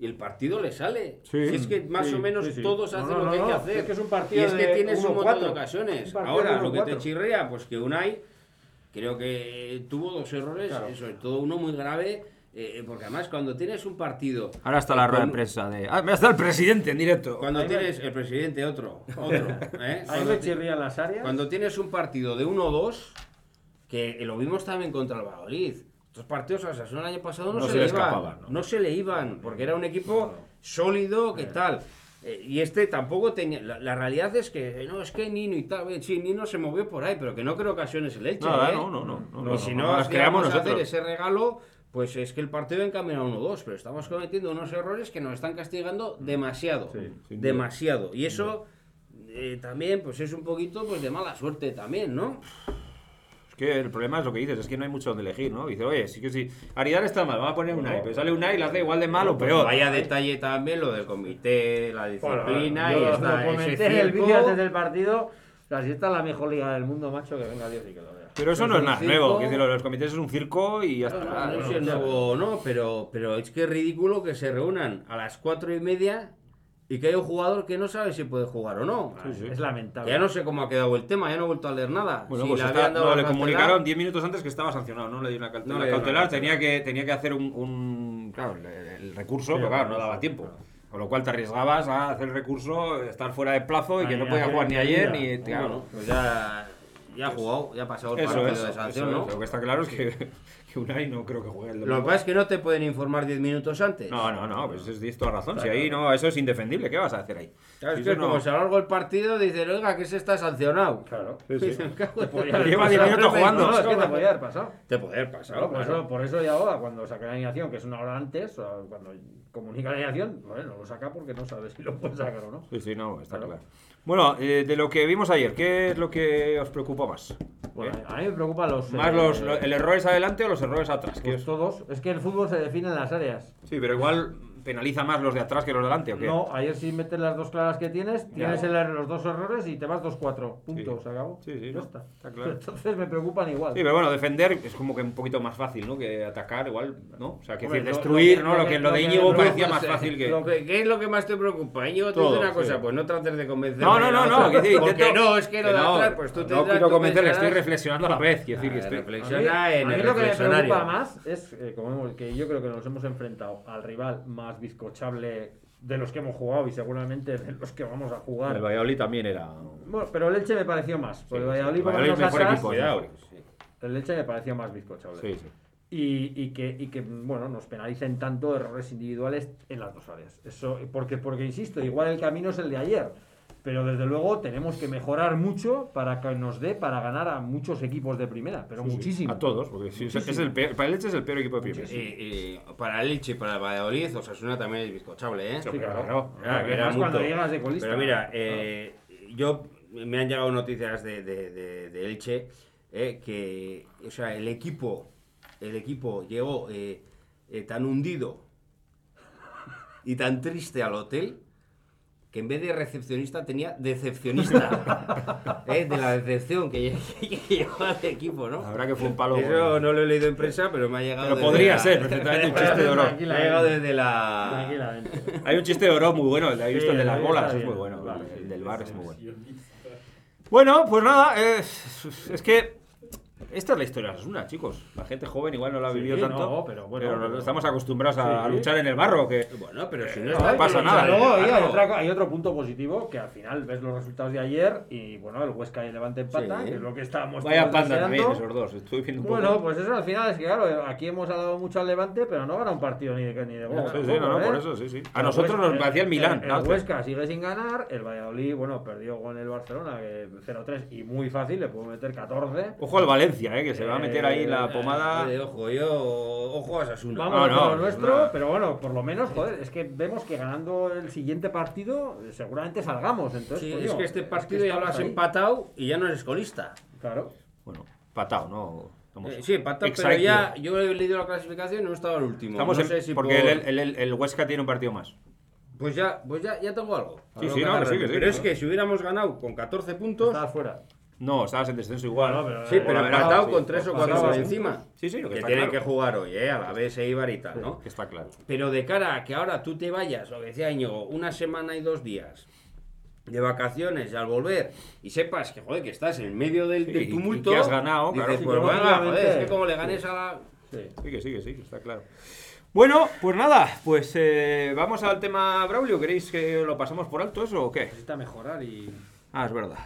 Y el partido le sale.
Sí.
Si es que más
Sí,
o menos
sí, sí.
todos
No,
hacen
no,
lo que
no,
hay que
no.
hacer.
Es que es un partido
y es que
de
tienes un montón
1-4.
de
Un
ocasiones.
partido
Ahora,
de
lo que te
1-4.
chirría, pues que Unai, creo que eh, tuvo dos errores,
Claro.
y sobre todo uno muy grave, eh, porque además cuando tienes un partido
Ahora está la rueda de
Con-
prensa de. ¡Ah, mira, está el presidente en directo!
cuando
Ahí me-
tienes el presidente, otro, otro. ¿eh?
Ahí
Cuando
me
ti-
chirrían las áreas.
cuando tienes un partido de 1-2, que lo vimos también contra el Valladolid. Estos partidos a Osasuna el año pasado no,
No
se,
se
le
le
iban.
escapaban, ¿no?
¿no? se le iban, porque era un equipo sólido, que tal. Eh, y este tampoco tenía. La, la realidad es que, eh, no, es que Nino y tal. eh, Sí, Nino se movió por ahí, pero que no creo ocasiones el Elche.
Nada,
¿eh?
no, no, no, no, no,
y si
no,
no,
no, las creamos
aspiramos a hacer
nosotros.
ese regalo, pues es que el partido encamina a 1-2, pero estamos cometiendo unos errores que nos están castigando demasiado.
Sí,
Mm. sin duda.
demasiado. Y eso. eh, también, pues es un poquito pues de mala suerte también, ¿no?
Es que el problema es lo que dices, es que no hay mucho donde elegir, ¿no? Dice, oye, sí que sí. Aridar está mal, vamos a poner Unai. Pero sale Unai y la hace igual de mal o peor.
pues Vaya detalle también lo del comité, la disciplina
Yo
y
lo
está
comenté
ese
en el
circo.
vídeo antes del partido. O sea, si está la mejor liga del mundo, macho, que venga Dios y que lo vea.
Pero eso no es
un
nada
circo.
nuevo. Quiero decir, lo de los comités es un circo y ya
No,
está.
no, no
¿no?
sé si es Ah, nuevo o no, pero, pero es que es ridículo que se reúnan a las cuatro y media y que hay un jugador que no sabe si puede jugar o no.
sí.
Es
Que
lamentable.
ya no sé cómo ha quedado el tema, ya no he vuelto a leer nada.
Bueno,
Si
pues
le
está-
habían dado
no,
la
le
cartera-
comunicaron 10 minutos antes que estaba sancionado, no le dio una cautelar.
No le dio
La
una
cautelar
cautelar.
tenía que, tenía que hacer un, un- claro, el, el
Sí,
recurso, pero claro, no
claro,
daba
sí,
tiempo.
claro.
Con lo cual te arriesgabas a hacer el recurso, estar fuera de plazo y que
Ay,
no
ya,
podía
qué
jugar ni ayer
medida.
ni... claro.
Bueno, pues ya, ya ha jugado, ya ha pasado el
Eso
partido
es.
de sanción,
eso
¿no?
es. Lo que está claro es que, que Unai no creo que juegue el
Lo que
domingo.
pasa es que no te pueden informar 10 minutos antes.
No, no, no, pues es, tienes toda razón. si ahí no, eso es indefendible. ¿Qué vas a hacer ahí?
Claro,
Si
es que
eso no-
como se alargó el partido, dicen, oiga, que se está sancionado.
Claro.
Dicen, "Cago en
Podía
la
haber
Lleva
pasado.
10 minutos jugando.
No, es que te podía haber pasado.
Te puede haber pasado,
Claro, por,
claro.
Eso, por eso ya ahora, cuando saca la alineación, que es una hora antes, o cuando comunica la alineación, bueno, lo saca porque no sabe si lo puede sacar o no.
Sí, sí, no, está
Claro.
claro. Bueno, eh, de lo que vimos ayer, ¿qué es lo que os preocupa más?
Bueno, a mí me preocupan los...
¿Más
eh,
los, lo- el errores adelante o los errores atrás? ¿Qué
pues
os-
todos. Es que el fútbol se define en las áreas.
Sí, pero igual penaliza más los de atrás que los de delante, ¿o qué?
No, ayer si metes las dos claras que tienes, tienes
Ya.
el error- los dos errores y te vas 2-4. Punto,
Sí.
se acabó.
Sí, sí,
Ya
no,
está.
está claro.
Entonces me preocupan igual.
Sí, pero bueno, defender es como que un poquito más fácil, ¿no? Que atacar, igual, ¿no? O sea, que
Hombre,
decir,
lo-
destruir,
lo que-
¿no? Lo
lo
que
que-
lo
lo
de
que-
Íñigo
lo
parecía
que-
más fácil que...
Lo que- ¿Qué es lo que más te preocupa? Íñigo, te
Todo,
dice una
sí.
cosa, pues no trates de convencerme.
No, no, no,
de la
no,
otra.
que sí,
Porque
intento-
no, es que lo
que
de
no,
atrás, pues tú
No
tendrás
quiero
que
convencerle,
pensar-
estoy reflexionando a la vez, quiero decir
Ah,
que estoy...
A mí-
reflexiona en
a mí
el
lo que me
reflexionario.
preocupa más es, eh, como hemos- que yo creo que nos hemos enfrentado al rival más bizcochable de los que hemos jugado y seguramente de los que vamos a jugar.
El Valladolid también era...
Bueno, pero el Elche me pareció más. Porque Pues el Valladolid, por lo
Valladolid
menos
mejor
atrás,
equipo, cuidado.
el Elche me pareció más bizcochable.
Sí, sí.
Y, y que, y que, bueno, nos penalicen tanto errores individuales en las dos áreas. Eso, porque, porque, insisto, igual el camino es el de ayer. Pero desde luego tenemos que mejorar mucho para que nos dé para ganar a muchos equipos de primera. Pero
Sí, sí.
muchísimo.
A todos, porque sí, es el peor, para el Elche es el peor equipo de primera.
Y, y para el Elche y para el Valladolid, Osasuna también es bizcochable, ¿eh?
Sí, claro.
Claro,
Claro, que era
Además, cuando
mutuo.
llegas de colista.
Pero mira, eh, yo me han llegado noticias de, de- de- de Elche eh, que, o sea, el equipo, el equipo llegó eh, eh, tan hundido y tan triste al hotel que en vez de recepcionista tenía decepcionista Eh, de la decepción que lle- que llegó al equipo, ¿no?
Habrá que fue un palo...
Eso no lo he leído en prensa, pero me ha llegado.
Pero
desde
podría
la-
ser perfectamente un chiste de oro.
Me ha llegado desde la.
Tranquilamente.
Hay un chiste de oro muy bueno, el de,
Sí,
visto, el de
el
las
de-
bolas,
está
es muy
bien,
bueno.
vale.
el del bar es muy bueno. Bueno, pues nada, eh, es, que esta es la historia de Asuna, chicos. La gente joven igual no la ha
Sí,
vivido
no,
tanto.
pero bueno, pero-
estamos acostumbrados a,
Sí.
a luchar en el barro, que
Bueno, pero si Eh, no,
No,
está
pasa
bien,
nada.
o
¿eh?
pues, Luego,
sea, luego,
oye, hay,
oiga,
otra- hay otro punto positivo que al final ves los resultados de ayer y bueno, el Huesca y el Levante empatan,
Sí.
que es lo que estábamos
vaya
todos
panda
deseando.
también esos dos. Estuve viendo un
Bueno,
poco.
pues eso al final es que claro, aquí hemos hablado mucho al Levante, pero no gana un partido ni de ni de gol.
Sí, sí,
tampoco,
no, no, por
¿eh?
eso, sí, sí. A
El
nosotros
Huesca-
nos parecía el Milán.
El,
claro, pero-
Huesca sigue sin ganar, el Valladolid, bueno, perdió con el Barcelona que 0-3 y muy fácil, le puedo meter 14.
Ojo al Valencia, eh, que se va a meter ahí la pomada.
Oye, ojo, yo. Ojo a Sasuna.
Vamos
No,
a Ah,
no,
lo
pues
nuestro,
nada.
pero bueno, por lo menos, joder, es que vemos que ganando el siguiente partido eh, seguramente salgamos. Entonces,
Sí,
pues,
es
digo,
que este partido ya lo
estamos
has
ahí.
empatado y ya no eres colista.
Claro.
Bueno, patado, no. Estamos-
Eh, sí, empatan, pero
Exacto.
ya yo he leído la clasificación y no estaba el último.
Estamos
no
en-
sé si
porque
por-
el, el- el- el Huesca tiene un partido más.
Pues ya, pues ya, ya tengo algo.
Sí,
Algo
sí,
que
no, que
agarrar.
sí, que sí,
pero es
claro.
que si hubiéramos ganado con 14 puntos,
Estaba fuera.
No, estabas en descenso igual.
No, pero-
sí, pero
Bueno,
empatado
sí,
con 3 o
sí,
4
sí,
por
sí.
encima.
Sí, sí, lo que
que
está
tienen que
claro.
jugar hoy, ¿eh? A la vez Eibar y tal, ¿no?
Que Está claro.
Pero de cara a que ahora tú te vayas, lo que decía Íñigo, una semana y dos días de vacaciones y al volver y sepas que, joder, que estás en medio del,
Sí,
del
y- y
tumulto.
que has ganado,
dices, pues
claro.
Sí,
venga,
obviamente.
joder, es que como le ganes a la.
Sí.
Sí, que sí, que sí, que está claro. Bueno, pues nada, pues eh, vamos al tema Braulio. ¿Queréis que lo pasemos por alto eso o qué?
Necesita mejorar y.
Ah, es verdad.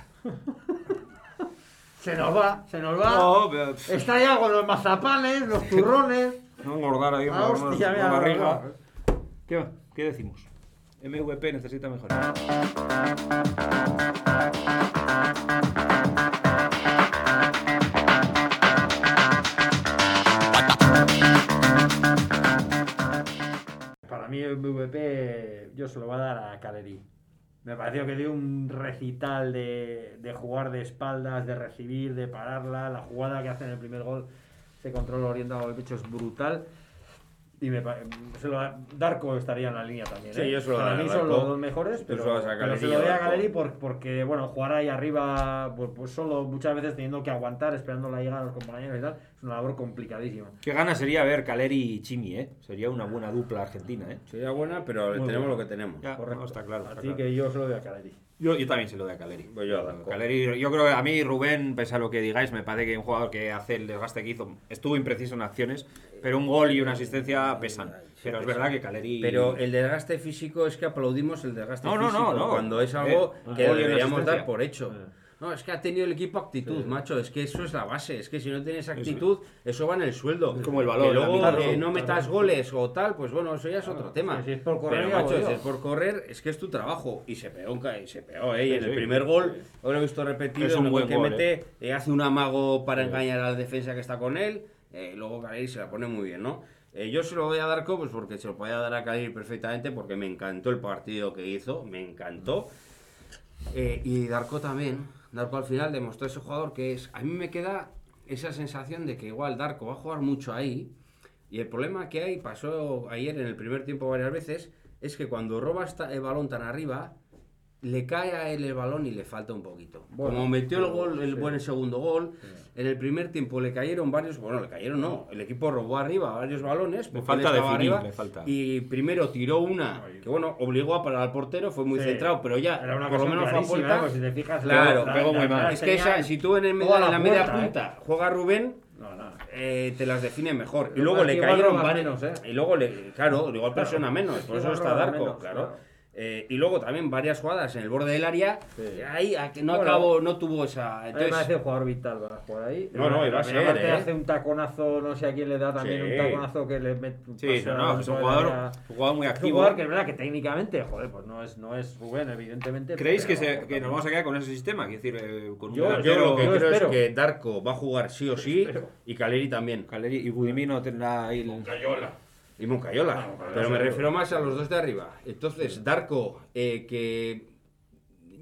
Se nos va, se nos va.
No, Oh, pero, pff,
Está ya con los mazapanes, los turrones.
no engordar ahí
Ah,
por la-
hostia,
por
mira,
la barriga.
no.
¿Qué, va? ¿Qué decimos? MVP necesita mejorar.
Para mí el MVP yo se lo voy a dar a Caleri. Me pareció que dio un recital de, de jugar de espaldas, de recibir, de pararla. La jugada que hace en el primer gol, ese control orientado al pecho es brutal. Y me pa- se lo da- Darko estaría en la línea también.
Sí,
¿eh?
yo se lo
Para
daría
mí
a
son
Darko.
los dos mejores,
Yo
pero,
se lo vas a
pero
Caleri
se
y a
lo doy a
Darko.
Caleri por- porque bueno, jugar ahí arriba, pues, pues solo muchas veces teniendo que aguantar, esperando la llegada de los compañeros y tal, es una labor complicadísima.
Qué gana sería ver Caleri y Chimi, ¿eh? Sería una buena dupla argentina, ¿eh?
Sería buena, pero
Muy buena.
tenemos lo que tenemos.
Ya, no, está claro. está
Así
claro.
que yo se lo doy a Caleri.
Yo, yo también se lo doy a Caleri.
Voy yo a Darko.
Caleri, yo creo que a mí Rubén, pese a lo que digáis, me parece que un jugador que hace el desgaste que hizo, estuvo impreciso en acciones, pero un gol y una asistencia pesan. Pero es verdad que Caleri...
Pero
eh,
el desgaste físico es que aplaudimos el desgaste
No, no,
físico
no, no.
cuando es algo que
Eh, gol y una
deberíamos
asistencia.
dar por hecho.
Eh.
No, es que ha tenido el equipo actitud,
Sí.
macho. Es que eso es la base. Es que si no tienes actitud, eso va en el sueldo.
Es como el valor,
Que luego
la mitad,
que
¿no?
no metas
Claro.
goles o tal, pues bueno, eso ya es
Claro,
otro tema.
que si es por correr,
Pero,
ya
macho,
volvió.
si es por correr, es que es tu trabajo. Y se pegó, un ca- y se pegó, ¿eh? Y
Sí,
en el
sí.
primer gol, ahora he visto repetido,
Es un
en el
buen
que
gol,
mete, eh, hace un amago para engañar a la defensa que está con él, eh, luego Caleri se la pone muy bien, ¿no? Eh, yo se lo voy a dar pues porque se lo podía dar a Caleri perfectamente, porque me encantó el partido que hizo, me encantó. Eh, y Darko también. Darko al final demostró ese jugador que es. A mí me queda esa sensación de que igual Darko va a jugar mucho ahí. Y el problema que hay, pasó ayer en el primer tiempo varias veces, es que cuando robas ta- el balón tan arriba, le cae a él el balón y le falta un poquito.
Bueno,
Como metió el
pero-
gol, el
sí.
buen segundo gol, en el primer tiempo le cayeron varios, bueno, le cayeron no, el equipo robó arriba varios balones, porque él
falta
estaba
definir, le falta.
y primero tiró una, que bueno, obligó a parar al portero, fue muy
Sí.
centrado, pero ya,
Era una
por lo
cosa
menos fue a
clarísima,
puerta.
pues si te fijas,
claro,
la-
pegó
la-
muy
la-
mal.
la
es que esa,
señal-
si tú en, el medio,
Juega
en
la
la, media
puerta, ¿eh?
punta juega Rubén,
No, no.
eh, te las define mejor. Y
Lo
luego
más
le
que igual
cayeron
robas
varios.
menos, ¿eh?
Y luego le. Claro, igual presiona menos, por eso
Igual
está
robas
Darko,
menos,
claro.
claro.
Eh, y luego también varias jugadas eh. en el borde del área.
Sí.
Ahí a que no
Bueno.
acabó, no tuvo
A
esa.
mí me
Entonces,
parece jugador vital para jugar ahí.
No, no, y va a
También
ser,
aparte
¿eh?
hace un taconazo, no sé a quién le da también
Sí.
un taconazo que le mete un
Sí,
pase
no,
a
no,
la
es un
fuera de
jugador,
la-
un jugador muy
Es un
activo.
jugador que es verdad que técnicamente, joder, pues no es, no es Rubén, evidentemente.
¿Creéis que,
pero-
se- que nos vamos a quedar con ese sistema? Quiero decir, eh, con un
Yo-
yo
delantero-
lo que
yo
creo
espero.
es que Darko va a jugar sí o sí
espero.
y Caleri también.
Caleri y Budimino tendrá ahí... el-
Cayola.
Y Moncayola.
Ah, Moncayola,
pero me
seguro.
refiero más a los dos de arriba. Entonces, Darko, eh, que.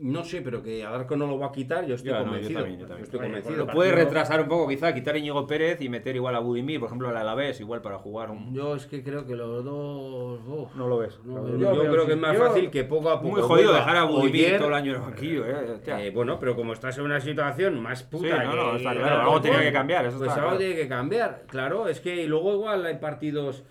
No sé, pero que a Darko no lo va a quitar, yo estoy
Ya, no, yo
convencido.
también, yo también.
Estoy
Oye,
convencido.
con
Pues
Lo
el
puede
partido-
retrasar un poco, quizá, quitar a Íñigo Pérez y meter igual a Budimir, por ejemplo, al Alavés, igual para jugar un...
Yo es que creo que los dos. uf.
No lo ves.
No,
Yo
yo,
creo
creo
que
que es más
yo-
fácil que poco a poco.
Muy jodido
vuelva
dejar a Budimir
Oyer,
todo el año en el banquillo, eh. Hostia.
eh, bueno, pero como estás en una situación más puta.
Sí, no, no,
que-
está claro, algo tenía que cambiar, eso
pues
está
algo
claro.
tiene que cambiar, claro. Es que y luego igual hay partidos.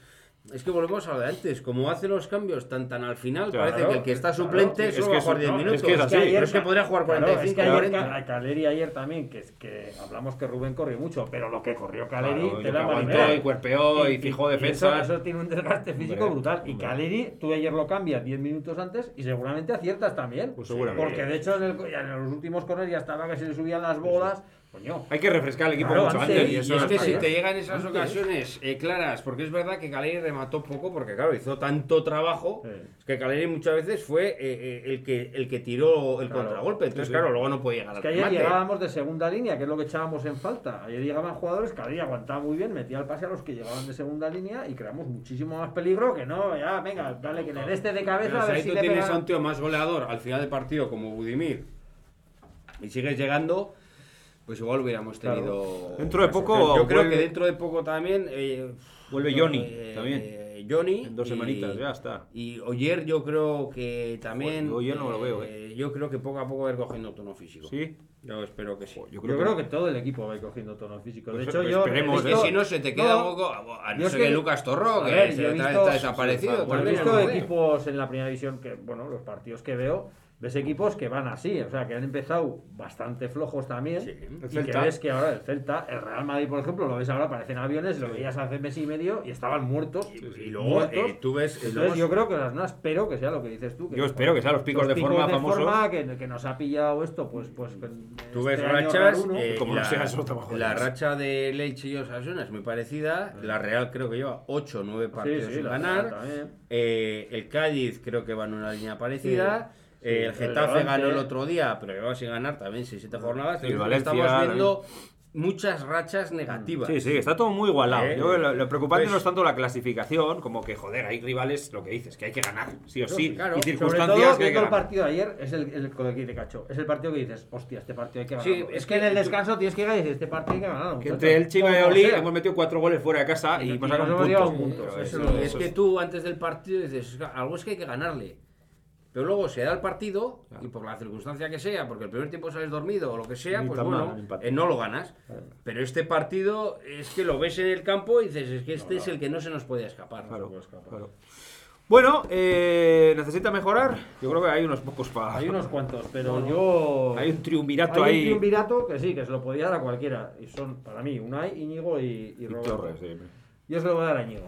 Es que volvemos a lo de antes. Como hace los cambios tan tan al final,
Claro,
parece que el que está
claro.
suplente
Es
solo
que
va a
eso-
jugar 10
no, es
minutos.
que es así.
pero es que podría jugar
Claro,
45
es que ayer,
40.
Ca- Caleri ayer también, que, es que hablamos que Rubén corrió mucho, pero lo que corrió Caleri
Claro,
te da
lo que
para
aguantó
ver.
y cuerpeó y fijó
eso-
defensas.
Eso, tiene un desgaste físico
Hombre,
brutal. Y Caleri, tú ayer lo cambias 10 minutos antes y seguramente aciertas también.
Pues seguramente.
Porque de hecho en, el- ya en los últimos corners ya estaba que se le subían las bolas. Coño.
Hay que refrescar el equipo
Claro,
mucho
antes,
antes.
Y,
y eso ¿eh?
es
no
que
está
si
claro.
te llegan esas ocasiones eh, claras, porque es verdad que Caleri remató poco, porque claro, hizo tanto trabajo,
Sí.
es que Caleri muchas veces fue eh, eh, el, que, el que tiró el
Claro.
contragolpe. Entonces,
Sí, sí.
claro, luego no podía llegar
Es
al
que ayer
remate.
llegábamos de segunda línea, que es lo que echábamos en falta. Ayer llegaban jugadores, Caleri aguantaba muy bien, metía el pase a los que llegaban de segunda línea y creamos muchísimo más peligro que no, ya, venga, dale que le dé este de
Pero
cabeza a
si
ver
ahí
si
tú
le
tienes
pega.
a un tío más goleador al final del partido como Budimir y sigues llegando, pues igual hubiéramos
Claro.
tenido.
Dentro de
una
poco
sección. Yo creo
vuelve-
que dentro de poco también. eh,
Vuelve
no,
Johnny,
eh,
también.
eh, Johnny.
En dos
y-
semanitas, ya está.
Y Oyer, yo creo que también. eh,
Joder, yo Oyer no lo veo, eh.
Yo creo que poco a poco va a ir cogiendo tono físico.
Sí.
Yo espero que sí.
Yo creo, que... todo el equipo va a ir cogiendo tono físico. De
Pues-
hecho,
pues
yo.
esperemos,
Es que
Yo-
si no se te queda
no.
un poco. A
Yo
no
es
ser que
que-
Lucas Torro,
A
que
ver,
se-
yo he
está,
visto-
está
Bueno,
desaparecido.
he
también,
visto
no lo veo.
equipos en la primera división que, bueno, los partidos que veo, ves equipos que van así, o sea, que han empezado bastante flojos también.
Sí.
Y
El
que
Celta.
ves que ahora el Celta, el Real Madrid, por ejemplo, lo ves ahora, parecen aviones, lo veías hace mes y medio y estaban muertos.
Y luego
muertos.
eh, tú ves.
Entonces,
luego-
yo creo que las- no espero que sea lo que dices tú.
Yo espero que sean los picos
los
de forma famosos.
forma que, que nos ha pillado esto, pues, pues con este
Tú ves
año
rachas,
raro, ¿no?
eh,
Como no
la,
sea eso, te va a joder.
la racha de Leche y Osasuna es muy parecida. La Real creo que lleva 8 o 9 partidos
sí,
sin
la
ganar.
Real también.
Eh, el Cádiz creo que va en una línea parecida. Eh, el
Sí,
Getafe
el
ganó el
Levante.
otro día, pero lleva sin ganar también 6-7 jornadas.
Y
Entonces,
Valencia,
estamos viendo muchas rachas negativas.
Sí, sí, está todo muy igualado.
Eh,
Yo creo que lo, lo preocupante
pues-
no es tanto la clasificación, como que, joder, hay rivales, lo que dices, que hay que ganar, sí o sí.
claro.
y
Sobre
Sobre
circunstancias
todo,
que hay que
viendo el
ganar.
partido de ayer, es el, el, con el que dice Cacho. Es el partido que dices, hostia, este partido hay que
Sí,
ganarlo.
es
es que en
que
el
tú-
descanso tienes que ganar y dices, este partido hay que ganarlo.
Que
muchachos.
entre el Chiva y
Como
Oli
sea.
hemos metido cuatro goles fuera de casa y
Y
hemos
nos
sacado
hemos
un punto.
llevado un punto,
Pero
eso
Y es
eso
que tú antes del partido dices, "Ga- algo es que hay que ganarle. Pero luego se da el partido y por la circunstancia que sea, porque el primer tiempo sales dormido o lo que sea,
Ni
pues
tan
bueno,
mal el empate.
eh, no lo ganas. Pero este partido es que lo ves en el campo y dices, es que este es el que no se nos puede escapar.
Claro, claro. Bueno, eh, necesita mejorar. Yo creo que hay unos pocos para.
Hay unos cuantos, pero yo.
Hay un
Hay
triunvirato
un
ahí.
triunvirato que sí, que se lo podía dar a cualquiera. Y son, para mí, Unai, Íñigo y, y
Y
Roberto.
Torres, sí.
Yo se lo voy a dar a Íñigo.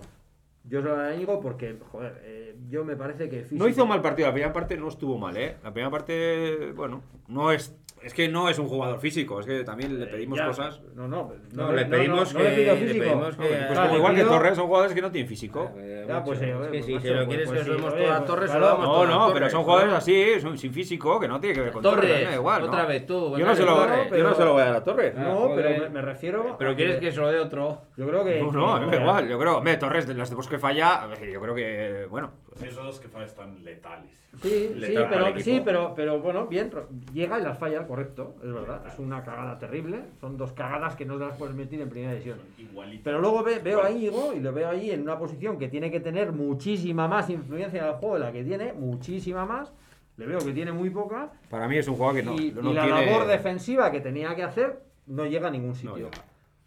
Yo se lo voy a dar a Íñigo porque, joder, eh, yo me parece que.
No
física-
hizo mal partido, la primera parte no estuvo mal, ¿eh? La primera parte, bueno, no es. Es que no es un jugador físico, es que también le
Eh,
pedimos
ya.
cosas.
No, no.
No, le pedimos
no le
que-
pido
le
físico.
pedimos que-
Vale,
Pues
Ah,
como igual que
pido-
Torres, son jugadores que no tienen físico.
Eh,
Ya, pues, eh,
macho, es que
pues,
si
macho,
se lo
pues,
quieres
pues,
que
sí,
subamos
oye,
toda
pues,
Torres,
claro.
subamos
No,
toda
no,
Torres,
pero son
¿no?
jugadores así, son sin físico, que no tiene que ver con Torres,
Torres,
da igual, ¿no?
otra vez tú,
Yo
dale,
no, se lo,
Torres,
yo
pero-
no se lo voy a dar a Torres.
Ah,
No, pero
joder.
me, me refiero.
Pero
a
quieres que se lo dé otro.
Yo creo que.
No, no, da igual, yo creo, hombre, Torres, de las dos que falla, a ver, yo creo que, bueno,
Pues Esos dos que falla están letales.
Sí,
Le
sí,
toca al
pero,
equipo.
sí pero, pero bueno, bien, pero llega y las falla, correcto, es verdad. Es una cagada terrible. Son dos cagadas que no se las puedes meter en primera división.
Igualito.
Pero luego ve- veo a Íñigo y lo veo ahí en una posición que tiene que tener muchísima más influencia en el juego de la que tiene, muchísima más. Le veo que tiene muy poca.
para mí es un jugador que no,
y,
no
y la
tiene-
labor defensiva que tenía que hacer no llega a ningún sitio.
llega.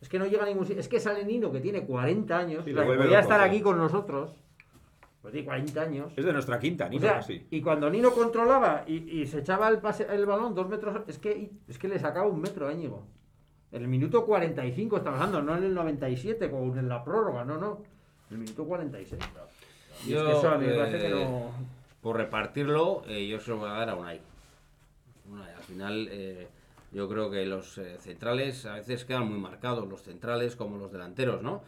es que no llega a ningún sitio. Es que sale Nino, que tiene 40 años,
Sí,
la
lo
que
vuelve
podía
loco,
estar
sí.
aquí con nosotros, pues tiene 40 años.
Es de nuestra quinta, ni
O sea,
nada así.
y cuando Nino controlaba y, y se echaba el, pase, el balón dos metros, es que, es que le sacaba un metro a Íñigo. En el minuto 45 está hablando, no en el 97, como en la prórroga, no, no. En el minuto 46. Y es
Yo,
que eso a mí me parece que
eh,
no.
por repartirlo, eh, yo se lo voy a dar a Unai. Unai, al final, eh, yo creo que los eh, centrales a veces quedan muy marcados, los centrales como los delanteros, ¿no?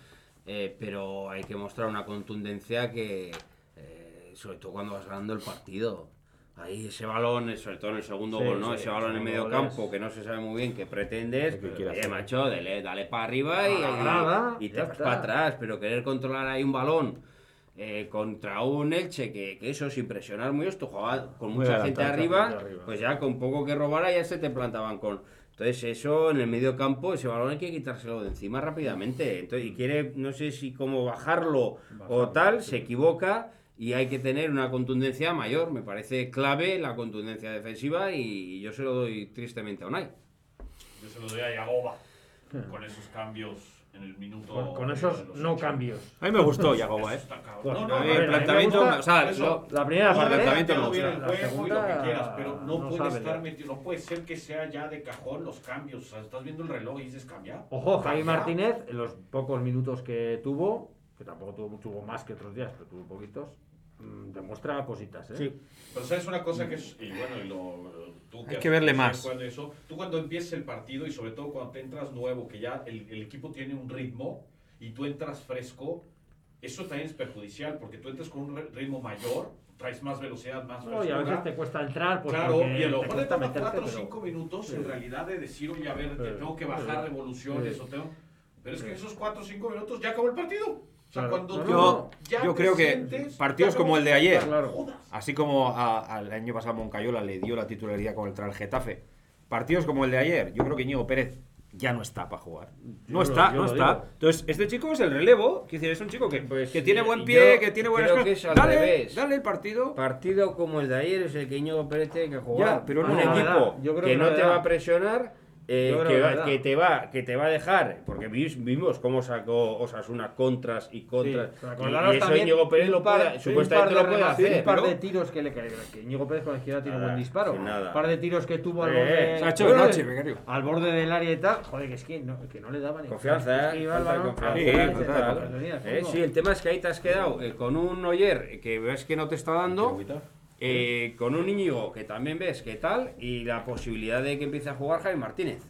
Eh, pero hay que mostrar una contundencia que, eh, sobre todo cuando vas ganando el partido. Ahí ese balón, eh, sobre todo en el segundo
Sí,
gol, ¿no?
sí,
ese balón en
el
medio
gol
campo
es-
que no se sabe muy bien qué pretendes.
Lo que
pero,
quiera
oye,
hacer.
macho, dale, dale para arriba y,
Ah, nada,
y te
ya
vas
está.
para atrás. Pero querer controlar ahí un balón eh, contra un Elche que, que eso, sin presionar muy esto, jugaba con
Muy
mucha gente
adelantado,
arriba,
gente arriba.
pues ya con poco que robara ya se te plantaban con... Entonces eso en el medio campo, ese balón hay que quitárselo de encima rápidamente. Entonces, y quiere, no sé si cómo bajarlo, o tal, se equivoca y hay que tener una contundencia mayor. Me parece clave la contundencia defensiva y yo se lo doy tristemente a Unai.
Yo se lo doy a Yagoba. Con esos cambios en el minuto.
Con, con esos
los
no
ocho.
cambios.
A mí me gustó
Eso
Yagoba, ¿eh?
está cabrón.
Pues,
No,
a
no,
ver,
mí el
a mí me
planteamiento,
gusta
o sea,
eso.
lo-
La primera
Puede
parte.
planteamiento
plantearlo
me
bien
gusta.
el juego y lo que
La
quieras,
segunda,
pero no,
no
puede
sabe
estar
leer.
metido, no puede ser que sea ya de cajón los cambios. O sea, estás viendo el reloj y dices cambiar.
Ojo, Javi
Cambiar.
Martínez, en los pocos minutos que tuvo, que tampoco tuvo, tuvo más que otros días, pero tuvo poquitos, mm, demuestra cositas, ¿eh?
Pero sabes una cosa que es, y bueno, y lo, tú
Hay
has-
que verle
sabes
más.
cuál es eso, tú cuando empiezas el partido y sobre todo cuando te entras nuevo, que ya el, el equipo tiene un ritmo y tú entras fresco, eso también es perjudicial porque tú entras con un re- ritmo mayor, traes más velocidad, más
No, y a veces te cuesta entrar, pues
claro,
porque
y a lo
te
mejor le
cuesta
toma
meterte,
4 o
pero-
5 minutos en
Sí.
realidad de decir, oye, a ver, te
Sí.
tengo que bajar
Sí.
revoluciones
Sí.
o tengo... Pero es que esos 4 o 5 minutos ya acabó el partido. O sea,
Claro.
cuando
No,
tú
no,
ya
yo
te
creo que
sientes,
partidos
ya acabó,
como el de ayer,
Claro.
jodas.
Así como a- al año pasado Moncayola le dio la titularidad contra el Getafe. Partidos como el de ayer, yo creo que Íñigo Pérez ya no está para jugar.
Yo
No
lo-
está,
yo
no
lo
está.
digo.
Entonces, este chico es el relevo, quiero decir, es un chico que,
Pues,
que tiene
eh,
buen
yo
pie, que tiene buenas
creo
cosas.
que es al
dale,
revés.
dale el partido.
Partido como el de ayer es el que Íñigo Pérez tiene que jugar.
Ya, pero
un
no,
equipo
la
verdad, yo creo
que,
que la
no te
verdad.
va a presionar, eh,
Yo creo
que,
que la
va-
verdad.
que te va, que te va a dejar, porque vi- vimos cómo sacó Osasuna contras y contras.
Sí, pero
y,
acordaros
y eso
también
Íñigo Pérez
de un
lo
par-
puede-
de un
supuestamente
par de
lo puede
remates,
hacer.
Un par
pero-
de tiros que le caen. Que Íñigo Pérez con la izquierda tiene
Nada,
buen disparo.
sin nada.
Un par de tiros que tuvo al
Eh,
borde.
se ha hecho de
bueno,
noche, becario.
Al borde del área y tal. Joder, que es que no, que no le daban.
Confianza,
Es que
¿eh?
iba
Falta
el
de
balón
confianza.
a
Sí,
la
falta de
derecha,
confianza.
la
Eh,
línea,
sí, el tema es que ahí te has quedado eh, con un Oyer que ves que no te está dando, eh, con un Íñigo que también ves que tal, y la posibilidad de que empiece a jugar Javi Martínez.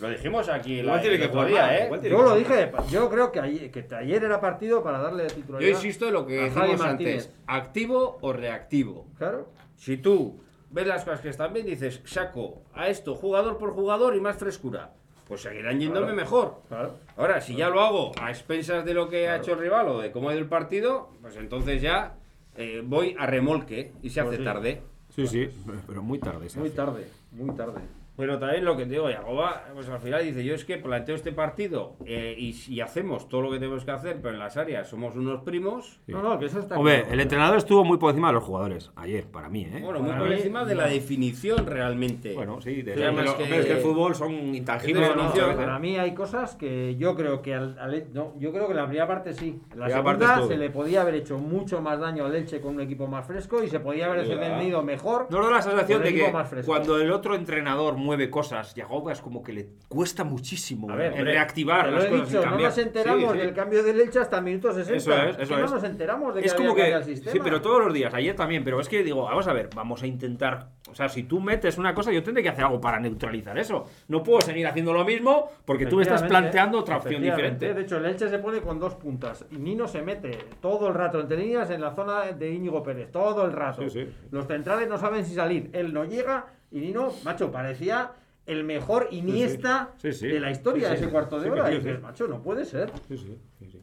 Lo dijimos aquí
Igual
la,
tiene
el
que
otro
jugar
día,
más,
¿eh?
igual tiene
Yo
que
lo
jugar
dije, de pa- yo creo que ayer, que ayer era partido para darle
Yo
titularidad.
insisto en lo que
a Javi
decimos
Martínez.
antes, activo o reactivo.
Claro.
Si tú ves las cosas que están bien, dices, saco a esto jugador por jugador y más frescura, pues seguirán yéndome
Claro.
mejor.
Claro.
Ahora, si ya lo hago a expensas de lo que ha hecho el rival o de cómo ha ido el partido, pues entonces ya eh, voy a remolque y se
Pues
hace
sí.
tarde.
Sí, sí, pero muy tarde. ¿eh? se
Muy
hace.
tarde, muy tarde.
Pero también lo que te digo, Yagoba, pues al final dice, yo es que planteo este partido eh, y, y hacemos todo lo que tenemos que hacer, pero en las áreas somos unos primos.
Sí.
No, no, que eso está
Hombre,
claro.
el entrenador estuvo muy por encima de los jugadores ayer, para mí, ¿eh?
Bueno, muy
Para
por
mí,
encima de la definición realmente.
Bueno, sí, de,
Sí,
de
más
lo-
que-
pero es que el fútbol son intangibles.
Es
No, no,
muchas
definición,
veces.
para mí hay cosas que yo creo que al, al- no, yo creo que la primera parte sí. La
Primera parte
segunda
estuvo.
se le podía haber hecho mucho más daño al Leche con un equipo más fresco y se podía haber
Sin duda.
defendido mejor.
Nos da la sensación
con
de
un
que
equipo más fresco.
cuando el otro entrenador mueve cosas, Yagoba es como que le cuesta muchísimo
A ver,
el
hombre,
reactivar
te lo
las
he
cosas y
dicho, no
cambiar.
nos enteramos
Sí, sí.
del cambio del Leche hasta el minuto 60.
Eso es, eso
que
es.
No nos enteramos de que
Es
había
como
cambiado
que.
el sistema.
Sí, pero todos los días, ayer también, pero es que digo, vamos a ver, vamos a intentar. O sea, si tú metes una cosa, yo tendré que hacer algo para neutralizar eso. No puedo seguir haciendo lo mismo porque tú me estás
Efectivamente,
planteando otra opción
efectivamente. De
diferente.
hecho, el Elche se pone con dos puntas. Y Nino se mete todo el rato entre líneas en la zona de Íñigo Pérez. Todo el rato.
Sí, sí.
Los centrales no saben si salir. Él no llega y Nino, macho, parecía el mejor Iniesta
Sí, sí.
de la historia
Sí, sí.
ese cuarto de
Sí,
hora.
sí,
Y
sí.
dices, macho, no puede ser.
Sí, sí, sí, sí.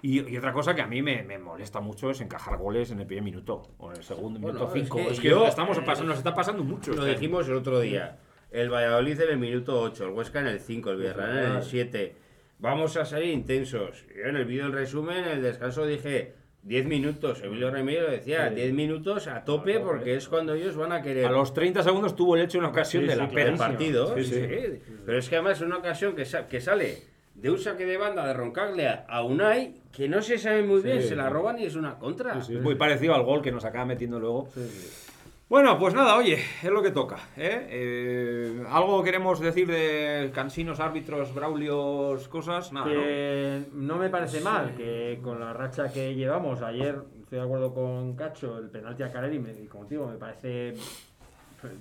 Y, y otra cosa que a mí me, me molesta mucho es encajar goles en el primer minuto o en el segundo
Bueno,
minuto
es
5.
que
Es que,
yo-
estamos pasando, nos está pasando mucho.
Lo
este año.
dijimos el otro día. El Valladolid en el minuto 8, el Huesca en el 5, el Villarreal en el 7. Vamos a salir intensos. Yo en el vídeo del resumen, en el descanso dije 10 minutos. Emilio Remiro decía 10 minutos a tope porque es cuando ellos van a querer
A los 30 segundos tuvo el hecho una ocasión
Sí,
de
sí,
la
claro.
el
pera.
partido.
Sí, sí.
sí. Pero es que además es una ocasión que, sa- que sale de un saque de banda de Roncaglia a Unai que no se sabe muy bien, se la roban y es una contra.
Sí, sí, es muy parecido al gol que nos acaba metiendo luego. Bueno, pues nada, oye, es lo que toca. ¿eh? Eh, algo queremos decir de cansinos, árbitros, braulios, cosas? Nada, Ah, ¿no?
que no me parece mal que con la racha que llevamos ayer, estoy de acuerdo con Cacho, el penalti a Careri me- y contigo me parece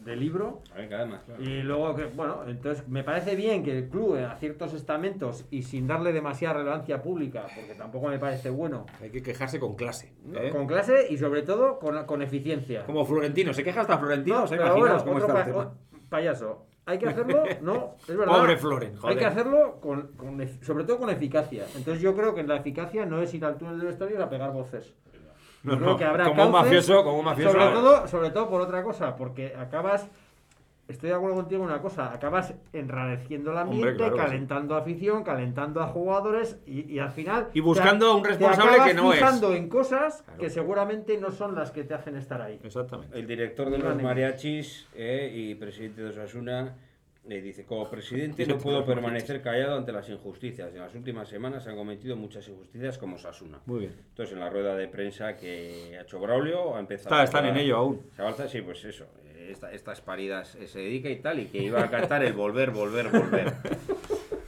de libro.
A ver, que además, claro.
Y luego, que, bueno, entonces me parece bien que el club eh, a ciertos estamentos y sin darle demasiada relevancia pública, porque tampoco me parece bueno,
Hay que quejarse con clase. ¿eh?
con clase y sobre todo con, con eficiencia.
Como Florentino, se queja hasta Florentino,
No,
¿se
pero bueno,
imaginaos cómo
otro
está el
pa-
tema?
o- payaso. Hay que hacerlo, no, es verdad.
Pobre Floren,
Hay
joder.
que hacerlo con, con ef- sobre todo con eficacia. Entonces yo creo que la eficacia no es ir al túnel de los vestuarios a pegar voces.
No,
Yo creo
no,
que habrá
como un
cauces,
mafioso, como un mafioso.
Sobre todo, sobre todo por otra cosa, porque acabas. Estoy de acuerdo contigo en una cosa, acabas enrareciendo el ambiente,
Hombre, claro que sí.
calentando afición, calentando a jugadores y, y al final.
Y buscando
te-
un responsable
te acabas
que no es.
fijando en cosas
Claro.
que seguramente no son las que te hacen estar ahí.
Exactamente.
El director de los
Unánime.
mariachis eh, y presidente de Osasuna le dice, como presidente no puedo permanecer callado ante las injusticias. En las últimas semanas se han cometido muchas injusticias como Osasuna.
Muy bien.
Entonces, en la rueda de prensa que ha hecho Braulio, ha empezado...
Está-
a
están
hablar-
en ello aún.
se avanza, sí, pues eso. eh, esta- estas paridas eh, se dedica y tal, y que iba a cantar el volver, volver, volver.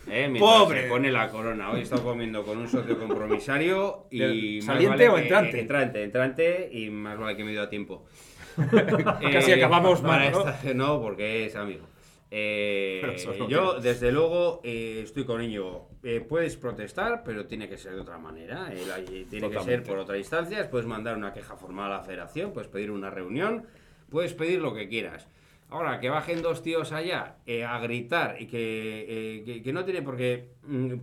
Eh, mientras
Pobre.
se pone la corona. Hoy he estado comiendo con un socio compromisario y... más
¿Saliente o
que-
entrante?
entrante, entrante, y más vale que me dio a tiempo.
Casi acabamos
para
mal, ¿no?
esta- Eh, no, porque es amigo. Eh,
Pero solo
yo,
tienes.
desde luego, eh, estoy con Íñigo. Eh, puedes protestar, pero tiene que ser de otra manera. Eh, la- eh, tiene que ser
Totalmente.
por otras instancias. Puedes mandar una queja formal a la federación, puedes pedir una reunión, puedes pedir lo que quieras. Ahora, que bajen dos tíos allá eh, a gritar y que, eh, que, que no tiene mm, porque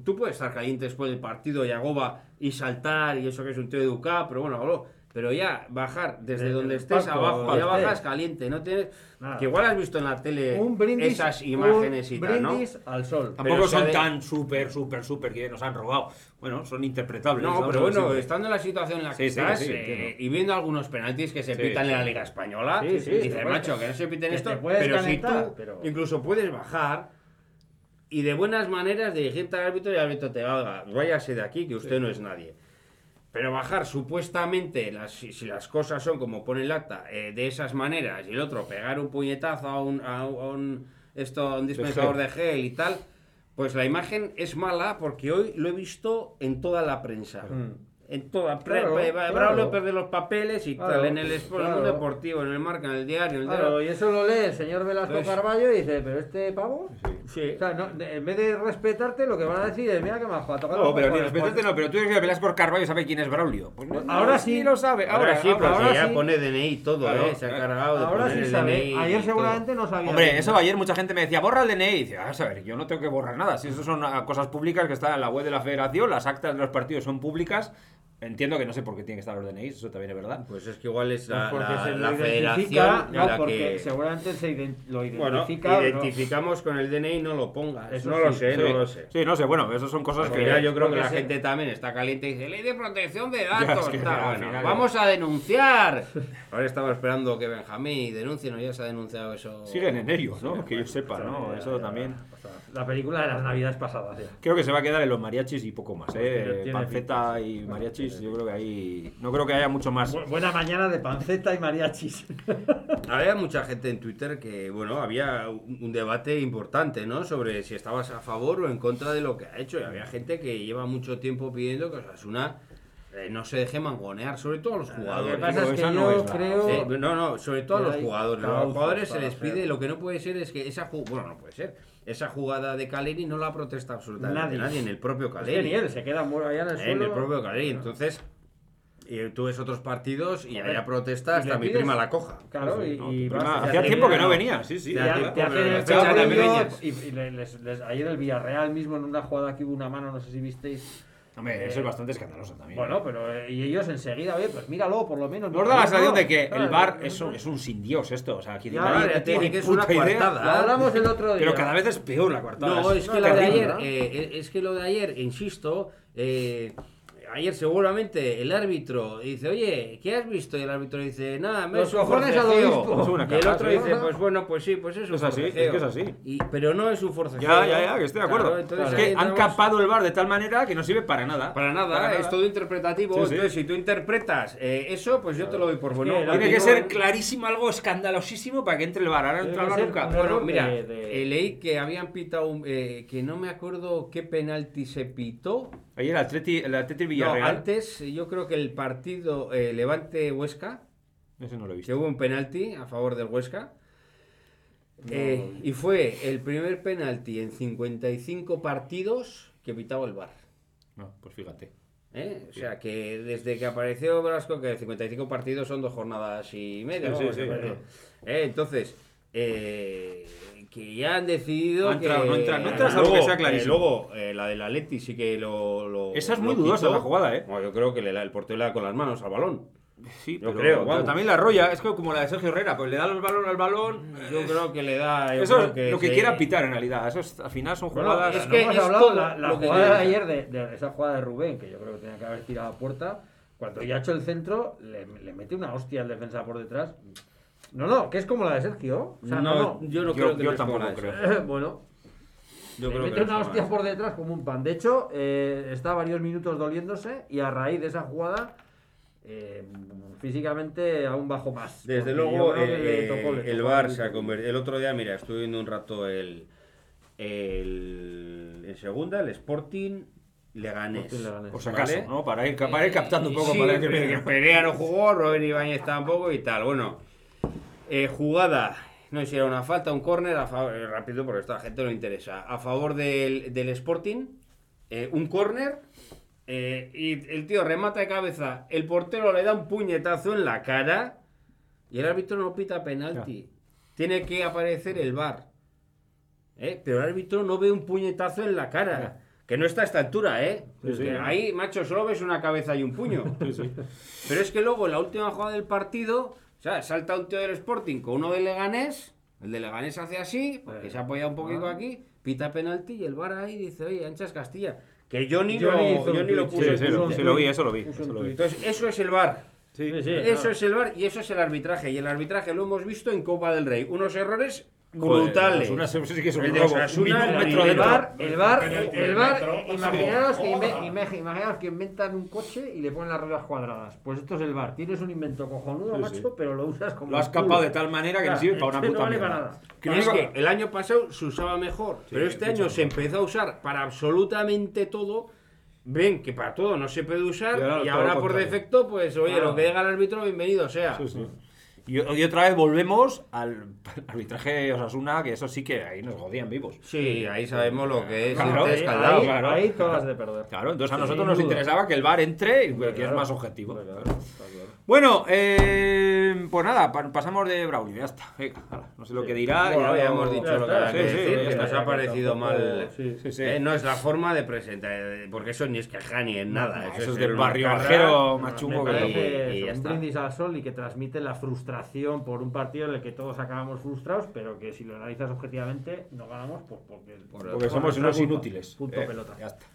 tú puedes estar caliente después del partido y agoba y saltar y eso que es un tío educado, pero bueno, luego Pero ya bajar desde
Eh,
Desde
donde
el
estés
palco,
abajo, ya
estés.
bajas caliente, no tienes
Nada.
que igual has visto en la
Eh,
tele
Un brindis,
esas imágenes
un
y tal, ¿no?
brindis al sol.
Ah,
Tampoco
Pero
son
sabe-
tan súper, súper, súper que nos han robado. Bueno, son interpretables.
No,
vamos
pero
a ver
bueno,
si-
estando en la situación en la que
Sí, sí,
estás
sí,
eh,
entiendo.
y viendo algunos penaltis que se
Sí,
pitan
sí.
en la Liga Española,
Sí, sí,
dices,
te puedes-
macho, que no se piten
que
esto,
te puedes
pero si
calentar,
tú
pero-
incluso puedes bajar y de buenas maneras dirigirte al árbitro y el árbitro te valga, váyase de aquí que usted no es nadie. Pero bajar supuestamente, las, si, si las cosas son como pone el acta, eh, de esas maneras y el otro pegar un puñetazo a un, a un, esto, a un dispensador
gel.
de gel y tal, pues la imagen es mala porque hoy lo he visto en toda la prensa.
Mm.
En toda pre-
Claro,
pre-
claro.
Braulio pierde los papeles y
Claro,
tal, en el Sport, en el mundo
claro.
deportivo, en el marca, en el diario, en el
Claro,
diario.
y eso lo lee el señor Velasco
Pues-
Entonces-
Carballo y dice, pero este pavo...
Sí.
O sea, no, de- en vez de respetarte, lo que van a decir es, mira que me ha tocado...
No, pero ni
Joder,
respetarte no, pero tú eres que velas por Carvalho sabe quién es Braulio. Pues no,
Ahora
no,
sí.
lo sabe. Ahora,
Ahora, sí, pues. porque
ahora
ya
sí.
pone DNI y todo,
Claro,
¿eh? Se ha
claro.
cargado de
Ahora
poner
sí
el DNI.
sabe. Ayer
y
seguramente no sabía.
Hombre,
bien.
eso ayer mucha gente me decía, borra el DNI. Y dice, vamos a ver, yo no tengo que borrar nada. Si eso son ah, cosas públicas que están en la web de la federación, las actas de los partidos son públicas. Entiendo que no sé por qué tienen que estar los DNIs, eso también es
todo.
verdad.
Pues es que igual es la,
Pues porque
la-
se lo
la
identifica,
federación
no,
la
porque
que...
seguramente se iden- lo
Bueno,
identifica. ¿no?
identificamos con el DNI, no lo pongas.
Eso
no lo
sí,
sé,
sí,
no lo sé.
Sí, no sé, bueno, eso son cosas
Al
que.
final yo creo que
porque
la
se-
gente también está caliente y dice, ley de protección de
es
datos.
que
tal".
al
Bueno,
final-
vamos a denunciar. Ahora estaba esperando que Benjamín denuncie, no ya se ha denunciado eso.
Siguen en ello, ¿no? Que yo sepa,
O sea,
¿no?
ya,
Eso
ya,
también.
o sea, la película de las navidades pasadas. ya.
Creo que se va a quedar en los mariachis y poco más,
tiene-
¿eh?
tiene
Panceta y mariachis, yo creo que ahí. No creo que haya mucho más.
Bu- buena mañana de panceta y mariachis.
Había mucha gente en Twitter que, bueno, había un un debate importante, ¿no? Sobre si estabas a favor o en contra de lo que ha hecho. Y había gente que lleva mucho tiempo pidiendo que Osasuna eh, no se deje mangonear, sobre todo a los
Lo que
jugadores.
pasa
digo,
es que
esa
yo
no es la-
creo.
Sí, no, no, sobre todo a los
Hay
jugadores. A los
causas
jugadores se
para
les pide,
hacer.
lo que no puede ser es que esa jugada, bueno, no puede ser, esa jugada de Caleri no la protesta absolutamente nadie,
Nadie.
en el propio
es
Caleri.
que ni él se queda muy allá en el
Eh,
suelo.
en el propio Caleri, entonces eh, tú ves otros partidos y
Joder.
había protesta,
Y le
hasta mi
pides-
prima la coja.
Claro, y.
No,
y
prima,
vas-
hacía
te
tiempo que
hacen-
no venía, sí, sí.
te
ya,
hacen-
ya,
te hacen
pero-
el
pero-
pecho
pero-
y, y le- les- les- ayer el Villarreal mismo en una jugada que hubo una mano, no sé si visteis.
Hombre, eso es bastante escandaloso también.
Bueno, pero eh, y ellos enseguida, oye, pues míralo, por lo menos.
Nos da la
míralo,
sensación de que
claro,
el bar
no,
es
no,
un, es un sin dios esto. O sea, que
Ya,
nadie
ya
tiene
tiene
ni
que es una
puta idea,
coartada.
Lo hablamos el otro día.
Pero cada vez es peor la coartada.
No, es que lo de
terrible.
ayer,
¿no?
eh, es que lo de ayer, insisto, eh, ayer seguramente el árbitro dice, oye, ¿qué has visto? Y el árbitro dice, nada, me
Los
es un
cojones al
forcejeo".
obispo.
Es una
Y el
cagada,
otro
sí.
dice, pues bueno, pues sí, pues eso
Es así, es que es así.
pero no es un forcejeo.
Ya, ya, ya, que estoy de acuerdo.
Claro, entonces
es
ahí
que han
entramos-
capado el bar de tal manera que no sirve para nada.
eh, Para nada, es todo interpretativo.
Sí, sí.
Entonces, si tú interpretas eh, eso, pues yo te lo doy por bueno.
el árbitro-
Tiene que
Pero-
ser clarísimo algo escandalosísimo para que entre el bar. Ahora no
Tiene
entra el
que
bar
ser
nunca.
una-
Bueno,
error
mira,
de- de-
eh, leí que habían pitado, un- eh, que no me acuerdo qué penalti se pitó.
Ayer el Atleti, el Atleti
No,
Villarreal.
antes yo creo que el partido eh, Levante Huesca,
Ese no lo he
que
visto.
hubo un penalti a favor del Huesca. eh, y fue el primer penalti en 55 partidos que pitaba el VAR.
No, pues fíjate.
¿eh? O sea que desde que apareció Velasco, que 55 partidos son dos jornadas y media.
Sí, sí,
vamos,
sí,
yo creo.
claro.
Eh, entonces, eh, que ya han decidido.
No entra,
que-
no entra, no entra,
Ah,
salvo que
luego,
sea clarísimo.
eh, luego, eh, la de la Leti sí que lo. lo-
Esa es muy
lo
dudosa
quitó.
la jugada, ¿eh?
Bueno, yo creo que le da- el portero le da con las manos al balón.
Sí,
Yo creo,
pero
vamos.
también la roya. Es que como la de Sergio Herrera, pues le da el balón al balón.
Yo creo que le da. yo
Eso
creo
es lo que
se-
quiera pitar en realidad. Eso es- al final son
Bueno,
jugadas.
es
no
que
hemos
es
hablado
todo la,
lo
la
que
jugada de
yo-
ayer de, de esa jugada de Rubén, que yo creo que tenía que haber tirado a puerta, cuando ya ha hecho el centro, le, le mete una hostia al defensa por detrás. No, no, que es como la de Sergio. O sea, no,
no, yo no
Yo-
creo que
yo
no es
tampoco
como la de
creo.
esa.
no. bueno, le
Yo creo que
mete
no es
una
como la de
hostia
esa.
por detrás como un pan. De hecho, eh, está varios minutos doliéndose y a raíz de esa jugada, eh, físicamente aún bajo más.
Desde
Porque
luego,
yo creo que le
eh,
tocó- le
el
tocó
bar
el-
se ha convertido. El otro día, mira, estuve viendo un rato el. el en segunda, el Sporting Leganés.
Sporting Leganés.
Por si acaso,
¿Vale?
¿no? Para ir, para ir captando un poco.
Sí,
para que-
que Perea no jugó, Robert Ibáñez tampoco y tal. Bueno, eh, jugada. No sé si era una falta, un córner, a favor- eh, rápido porque esta gente no interesa. A favor del, del Sporting, eh, un córner, eh, y el tío remata de cabeza, el portero le da un puñetazo en la cara y el árbitro no pita penalti. Tiene que aparecer el VAR. ¿eh? Pero el árbitro no ve un puñetazo en la cara. Que no está a esta altura, ¿eh?
Sí, sí.
Que Ahí, macho, solo ves una cabeza y un puño. Pero es que luego, en la última jugada del partido, o sea, salta un tío del Sporting con uno del Leganés. El de Leganés hace así, porque
Eh.
se ha apoyado un poquito
Ah.
aquí, pita penalti y el VAR ahí dice, oye, anchas Castilla. Que
Johnny
Johnny, lo,
hizo un
Johnny lo
tuit,
puso.
Sí,
en
sí,
Twitter.
lo,
Puso
sí,
un
lo vi,
tuit.
eso lo vi.
Puso
Eso
un
lo vi.
tuit.
Entonces, eso es el VAR.
Sí, sí,
Eso
ah.
es el VAR y eso es el arbitraje. Y el arbitraje lo hemos visto en Copa del Rey. Unos errores
Joder,
brutales.
Osasuna, eso sí que es un
El de
robo.
Osasuna,
Un
Mira,
milímetro
el
dentro.
bar, el bar,
Penalti
el
del
bar,
metro, o sea,
imaginaos que, inve-
joda.
imag- imaginaos que inventan un coche y le ponen las ruedas cuadradas. Pues esto es el bar. Tienes un invento cojonudo,
Sí,
macho,
sí.
pero lo usas como.
Lo has
el culo.
capado de tal manera que no
Claro,
sirve para una
que no
puta
vale para
mierda.
nada.
Que es que el año pasado se usaba mejor, pero este
mucho
año se empezó a usar para absolutamente todo. Ven que para todo no se puede usar
Y
y
ahora
ahora,
todo lo
por
contrario.
defecto, pues oye,
Claro.
lo que diga el árbitro, bienvenido sea.
Sí, sí. Y, y otra vez volvemos al arbitraje de Osasuna, que eso sí que ahí nos jodían vivos.
Sí, ahí sabemos lo que es. este
Claro,
irte
Ahí,
escaldado.
ahí,
claro.
ahí todas de perder.
Claro, entonces a
Sí,
nosotros
sin
nos
duda.
interesaba que el VAR entre, y que es
Claro.
más objetivo.
Claro,
Claro.
está claro.
Bueno, eh, pues nada, pa- pasamos de Braulio, ya está. Venga, hala, no sé lo que dirá.
Bueno,
ya
ya
lo-
hemos dicho
Ya
lo que
está,
había que
sí, sí,
decir,
ya
que
está.
nos ha parecido
Tampoco-
mal.
sí, sí,
sí.
Eh, no es la forma de presentar, eh, porque eso ni es queja ni es nada.
Eso, es
ser
del
un
barrio
carra-
bajero más chungo
Me
que
parece
loco.
y
eso,
ya
un
está.
brindis al sol y que transmite la frustración por un partido en el que todos acabamos frustrados, pero que si lo analizas objetivamente no ganamos pues porque,
Por-
Porque
por
somos
nuestra
unos
culpa.
inútiles.
Punto
Eh,
pelota.
Ya está.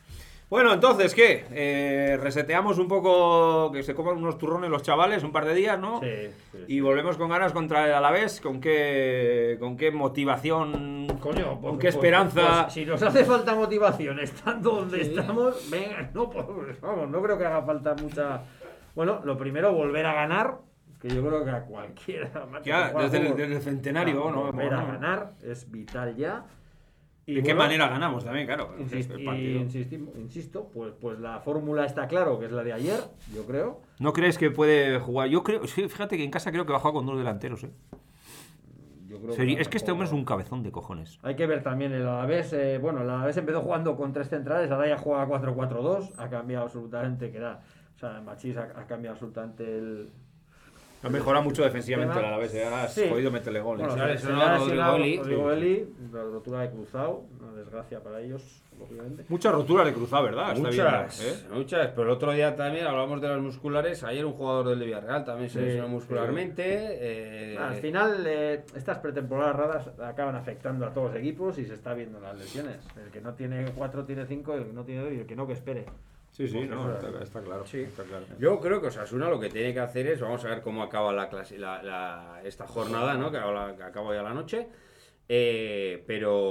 Bueno, entonces, ¿qué? Eh, reseteamos un poco, que se coman unos turrones los chavales un par de días, ¿no?
Sí, sí, sí.
Y volvemos con ganas contra el Alavés, con qué, con qué motivación,
Coño, pues-
con qué
pues-
esperanza.
pues si nos hace falta motivación estando donde estamos, venga, no, pues, vamos, no creo que haga falta mucha. Bueno, lo primero, volver a ganar, que yo creo que a cualquiera. macho,
Ya,
que juega
desde el-
pues,
fútbol.
desde el centenario, ¿no?
Volver a
Bueno.
ganar es vital ya. Y
¿De qué
bueno,
manera ganamos también, claro? el
insist- y
partido.
insistim- insisto, pues, pues la fórmula está claro, que es la de ayer, yo creo.
¿No crees que puede jugar? Yo creo, sí, fíjate que en casa creo que va a jugar con dos delanteros, ¿eh?
Yo creo
Sería-
que
es que este hombre es
tampoco-
un cabezón de cojones.
Hay que ver también el Alavés. eh, bueno, el Alavés empezó jugando con tres centrales, ahora ya juega 4-4-2. Ha cambiado absolutamente, que era. O sea, Machís ha, ha cambiado absolutamente el.
Ha mejorado mucho defensivamente el
Tema-
Alavés, ¿eh? ahora has
Sí.
podido meterle goles.
Bueno,
se
se-
ha
se
lesionado
le ha
Rodrigo
lesionado
Eli.
Rodrigo Eli, la rotura de cruzado, una desgracia para ellos, lógicamente.
Mucha rotura de cruzada, ¿verdad? Está
Muchas,
viendo, ¿eh?
muchas. Pero el otro día también hablamos de las musculares. Ayer un jugador del Villarreal también se
Sí,
lesionó
sí.
muscularmente. eh,
Ah,
Al
este
final, eh, estas pretemporadas raras acaban afectando a todos los equipos y se está viendo en las lesiones. El que no tiene 4 tiene 5, el que no tiene 2 y el que no, que espere.
Sí, sí,
Porque
no,
eso-
está, está claro. está claro.
Yo creo que Osasuna lo que tiene que hacer es, vamos a ver cómo acaba la clase, la- la- esta jornada, ¿no? Que, ahora- que acaba ya la noche. Eh,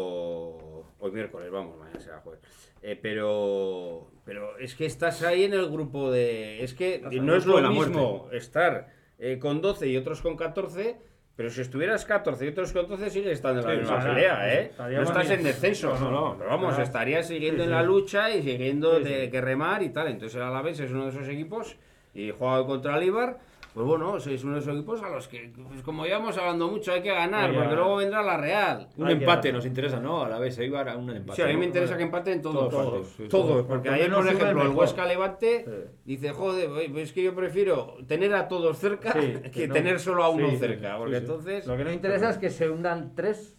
pero hoy miércoles, vamos, mañana será jueves. Eh, pero, pero es que estás ahí en el grupo de. Es que
Estás en el
no es
grupo
lo
de la
mismo estar eh, con 12 y otros con 14. Pero si estuvieras 14 y otros con 12, sigues estando en la
Sí,
misma
claro.
pelea, ¿eh?
Estaría
No estás
bien.
en descenso.
No, no,
Pero vamos,
claro.
estarías siguiendo
Sí, sí.
en la lucha y siguiendo
Sí, sí.
de que remar y tal. Entonces el Alavés es uno de esos equipos y juega contra el Ibar. Pues bueno, es uno de esos equipos a los que, pues como llevamos hablando mucho, hay que ganar,
Hay que
porque
ganar.
luego vendrá la Real.
Un
Hay que
empate
ganar.
nos interesa, ¿no? A la vez, Eibar, a un empate.
Sí, a mí
¿no?
me interesa que empaten todos.
Todos,
Todos,
sí, sí.
todos, porque
Cuanto
ayer, por
menos suben,
ejemplo, el
mejor.
Huesca Levante
Sí.
dice, joder, oye, pues es que yo prefiero tener a todos cerca
Sí,
que,
que no.
tener solo a uno
Sí, sí,
cerca,
sí,
porque
sí.
entonces...
Lo que no interesa es que se hundan tres.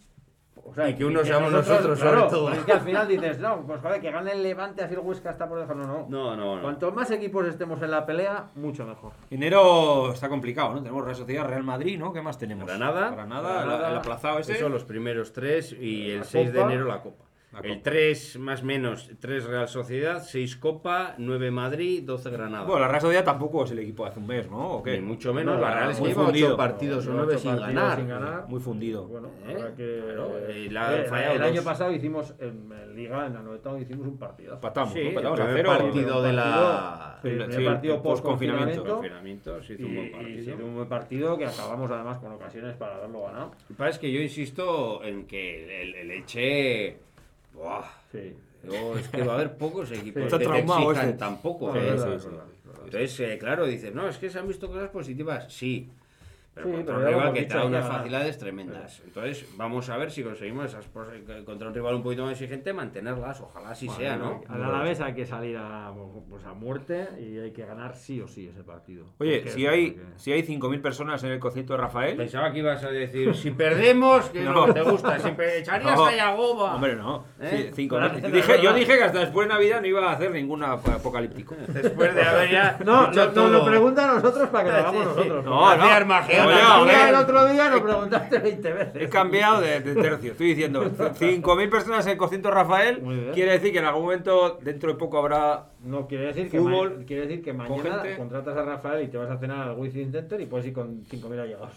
O sea,
Y que uno seamos nosotros, sobre
claro,
todo.
Es que al final dices, no, pues joder, que gane el Levante, así el Huesca está por debajo. No, no.
No, no, no.
Cuanto más equipos estemos en la pelea, mucho mejor.
Eh,
Enero está complicado, ¿no? Tenemos Real Sociedad, Real Madrid, ¿no? ¿Qué más tenemos?
Granada.
Granada,
Granada.
la- el aplazado ese.
Eso los primeros tres y el
La
6 de
Copa.
enero la Copa.
La
El
Copa.
3 más menos 3 Real Sociedad, 6 Copa, 9 Madrid, 12 Granada.
Bueno, la Real Sociedad tampoco es el equipo de hace un mes, ¿no? ¿O qué?
Ni mucho menos,
No,
la Real es
muy
que lleva
fundido.
8 partidos o
Ocho
9 sin
partidos
ganar.
sin ganar.
Muy fundido.
Bueno,
¿Eh?
habrá que.
Claro,
eh,
y la han
eh,
fallado
el
dos.
año pasado hicimos en, en Liga, en la novetón, hicimos un partido.
Empatamos,
Sí,
¿no? Empatamos
el
a
primer
cero.
partido de la-
El primer
Sí, el
partido
post-confinamiento.
post-confinamiento.
Confinamiento, se
Y,
hizo un buen
y se
partido.
hizo un buen partido que acabamos además con ocasiones para haberlo ganado.
Lo que pasa es que yo insisto en que el, el Elche. Buah,
Sí.
yo- es que va a haber pocos equipos
Está
que te
traumado
exijan
este.
tampoco.
No,
¿eh?
es verdad,
sí,
es
sí.
verdad.
Entonces, eh, claro, dices, no, es que se han visto cosas positivas. Sí. Pero
Sí,
contra
pero
un
ya lo
rival
hemos
que
dicho,
trae
ya
unas
ganar.
facilidades tremendas. Entonces, vamos a ver si conseguimos esas pros- contra un rival un poquito más exigente mantenerlas. Ojalá así
Bueno,
sea, ¿no?
Al Alavés hay que salir a, pues, a muerte y hay que ganar sí o sí ese partido.
Oye,
Porque
si
es
hay,
verdad que- Pues,
si hay 5.000 personas en el concierto de Rafael.
Pensaba que ibas a decir, si perdemos, que no,
No.
te gusta, si pe- echarías
No.
a Yagoba.
Hombre, no.
¿Eh?
Sí, 5.000.
Claro,
Dije- yo
claro.
dije que hasta después de Navidad no iba a hacer ningún ap- apocalíptico.
Después de haber ya
No,
dicho
no- nos lo
todo.
pregunta a nosotros para que lo
Sí,
hagamos
sí.
nosotros.
No,
porque
Hacía Armagedón,
Oye,
tú
hombre.
ya el
a ver,
otro día nos preguntaste 20 veces.
He cambiado de, de tercio, estoy diciendo. 5.000 personas en el concierto de
Muy
Rafael
bien.
quiere decir que en algún momento, dentro de poco, habrá.
No quiere decir que,
Fútbol,
ma- quiere decir que
con
mañana
gente.
contratas a Rafael y te vas a cenar al Wizzing Center y puedes ir con 5.000 allegados.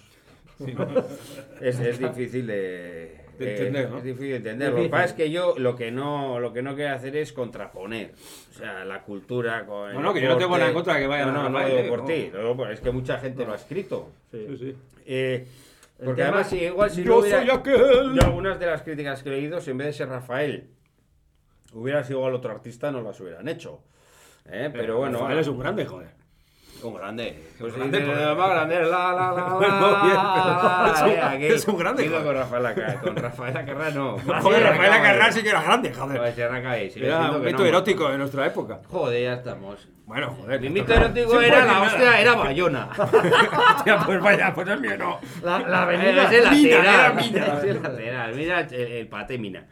Es, es difícil de,
De
eh,
entender, ¿no?
Es difícil de entender. Lo que
Difícil.
pasa es que yo lo que no lo que no quiero hacer es contraponer, o sea, la cultura con el
No, no, que yo no tengo
deporte.
nada en contra de que vayan
No,
a
no, no
Rafael,
lo digo por
no.
ti, lo digo por- es que mucha gente lo ha escrito.
Sí.
Eh,
El
porque
tema-
además si igual si no
Yo
hubiera-
soy aquel.
yo algunas de las críticas que he leído, si en vez de ser Rafael hubiera sido al otro artista, no las hubieran hecho. Eh, Pero bueno,
Rafael es un grande, joder.
un grande. Pues
grande,
sí,
por-
el más grande. La, la, la, la,
Bueno, bien,
la,
pero-
la, aquel.
es un grande,
Digo
joder.
con Rafael Acarra, con Rafael Acarra no.
Joder, Rafael Acarrá sí que era grande,
Con
joder.
Sierra Cabe, sigue
Era
siendo
un
que
mito
no.
erótico de nuestra época.
Joder, ya estamos.
Bueno, joder.
Mi
ya
mito
está.
erótico
Sí,
era
pues,
la
nada.
hostia, era Bayona.
Hostia, pues vaya, pues es mío, no.
La, la
Era
avenida
ese
Mina, era
Eh, lateral.
Mina.
Ese lateral, mira el, el pate mina.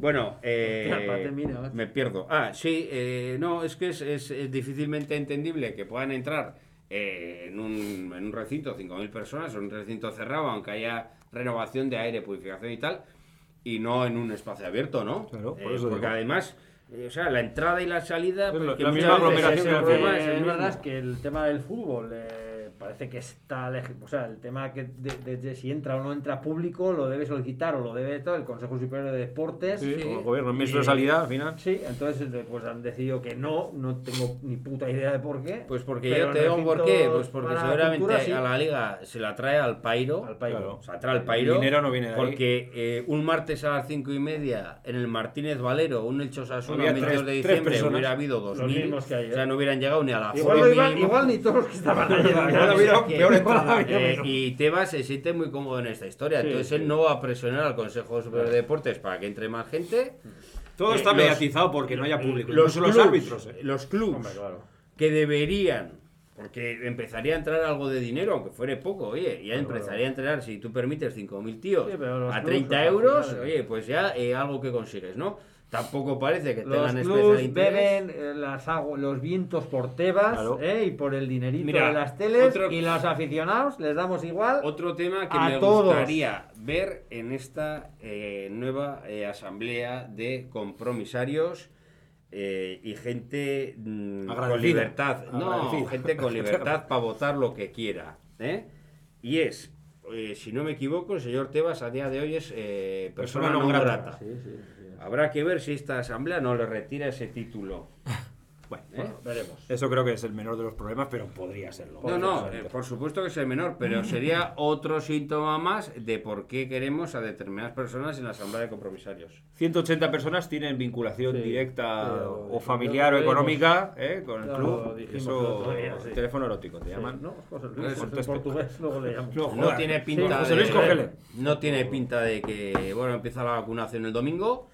Bueno, eh,
Hostia, el pate mina, macho.
me pierdo. Ah, sí, eh, no, es que es, es- es difícilmente entendible que puedan entrar eh, en, un, en un recinto 5.000 personas, en un recinto cerrado, aunque haya renovación de aire, purificación y tal, y no en un espacio abierto, ¿no?
Claro, por
Eh,
eso
porque
digo.
además, eh, o sea, la entrada y la salida...
Es
pues,
lo-
que
la
muchas
misma
veces
aglomeración
ese
que
el
el
problema
problema
es el
verdad es
mismo.
que el tema del fútbol eh, parece que está lej- o sea el tema que de- de- de si entra o no entra público lo debe solicitar o lo debe todo el Consejo Superior de Deportes
Sí,
Sí.
como el gobierno, el ministro de
Y-
salida, al final.
Sí, entonces eh, pues han decidido que no, no tengo ni puta idea de por qué.
Pues porque
pero
yo te digo un por qué, pues porque
para la
seguramente
cultura, sí.
a la liga se la trae al Pairo.
Al Pairo.
Claro.
Se la trae al Pairo.
El dinero no viene de ahí.
Porque eh, un martes a las cinco y media en el Martínez Valero, un Elche Osasuna,
Había
a mediados de
tres- tres
diciembre,
personas.
hubiera habido dos
Los
mil.
mismos que ayer.
O sea, no hubieran llegado ni a la
Igual,
aforo
no iban-
mínimo.
igual ni todos los que estaban ayer.
Igual hubiera-
que-
peor entrada.
Eh, y Tebas se siente muy cómodo en esta historia.
Sí,
Entonces
sí.
él no va a presionar al Consejo Superior de Deportes para que entre más gente.
Todo
Eh,
está
los-
mediatizado porque no haya público. Incluso los
clubs-
árbitros. eh.
Los clubs
Hombre, claro.
que deberían, porque empezaría a entrar algo de dinero, aunque fuere poco, oye, ya empezaría a entrar, si tú permites 5.000 tíos
Sí, pero los
a
clubs,
30
al
euros,
final,
oye, pues ya eh, algo que consigues, ¿no? Tampoco parece que
Los
tengan especial
clubs
interés.
beben eh, las agu- los vientos por Tebas
Claro.
eh, y por el dinerito
Mira,
de las teles
otro-
y los aficionados les damos igual.
Otro tema que
A
me
todos.
gustaría ver en esta eh, nueva eh, asamblea de compromisarios eh, y gente mm, con
Agradecida.
libertad. No,
Agradecida.
gente con libertad para votar lo que quiera. ¿eh? Y es, eh, si no me equivoco, el señor Tebas a día de hoy es eh, persona, no grata.
Ah, Sí, sí, sí.
Habrá que ver si esta asamblea no le retira ese título.
Bueno,
¿eh?
Veremos.
eso creo que es el menor de los problemas, pero podría serlo.
No, no, eh, por supuesto que es el menor, pero sería otro síntoma más de por qué queremos a determinadas personas en la Asamblea de Compromisarios.
180 personas tienen vinculación
Sí,
directa
pero-
o familiar o
lo dijimos.
económica eh, con el
Ya lo
club.
dijimos el
Eso,
otro día, sí.
teléfono erótico, te
Sí,
llaman.
No, José
No,
Luis,
conteste.
en portugués, luego le llamo.
No,
No
joder.
tiene pinta
José
de...
Luis, cógele.
No tiene pinta de que, bueno, empieza la vacunación el domingo,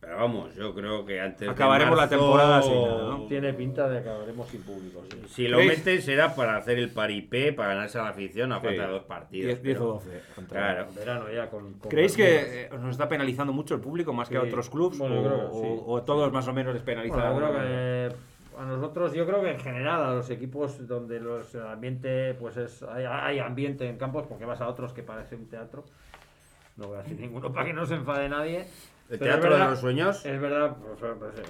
pero vamos, yo creo que antes de
Acabaremos la
marzo-
temporada sin nada, ¿no?
Tiene pinta de que acabaremos sin público. sí.
Si lo
¿Creéis?
meten será para hacer el paripé, para ganarse a la afición a falta de dos partidos.
10 o
pero-
12. contra-
Claro.
Verano ya con. con
¿Creéis
Palmeiras.
que eh, nos está penalizando mucho el público más que a
Sí.
otros clubes?
Bueno, yo
o,
creo que
o-
sí.
o a todos más o menos les penaliza?
Bueno,
de
yo creo
alguna manera?
que a nosotros, yo creo que en general a los equipos donde los el ambiente, pues es hay, hay ambiente en campos, porque vas a otros que parece un teatro. No voy a decir ninguno para que no se enfade nadie.
¿El
Pero
teatro
es verdad-
de los sueños?
Es verdad. pues, pues, sí,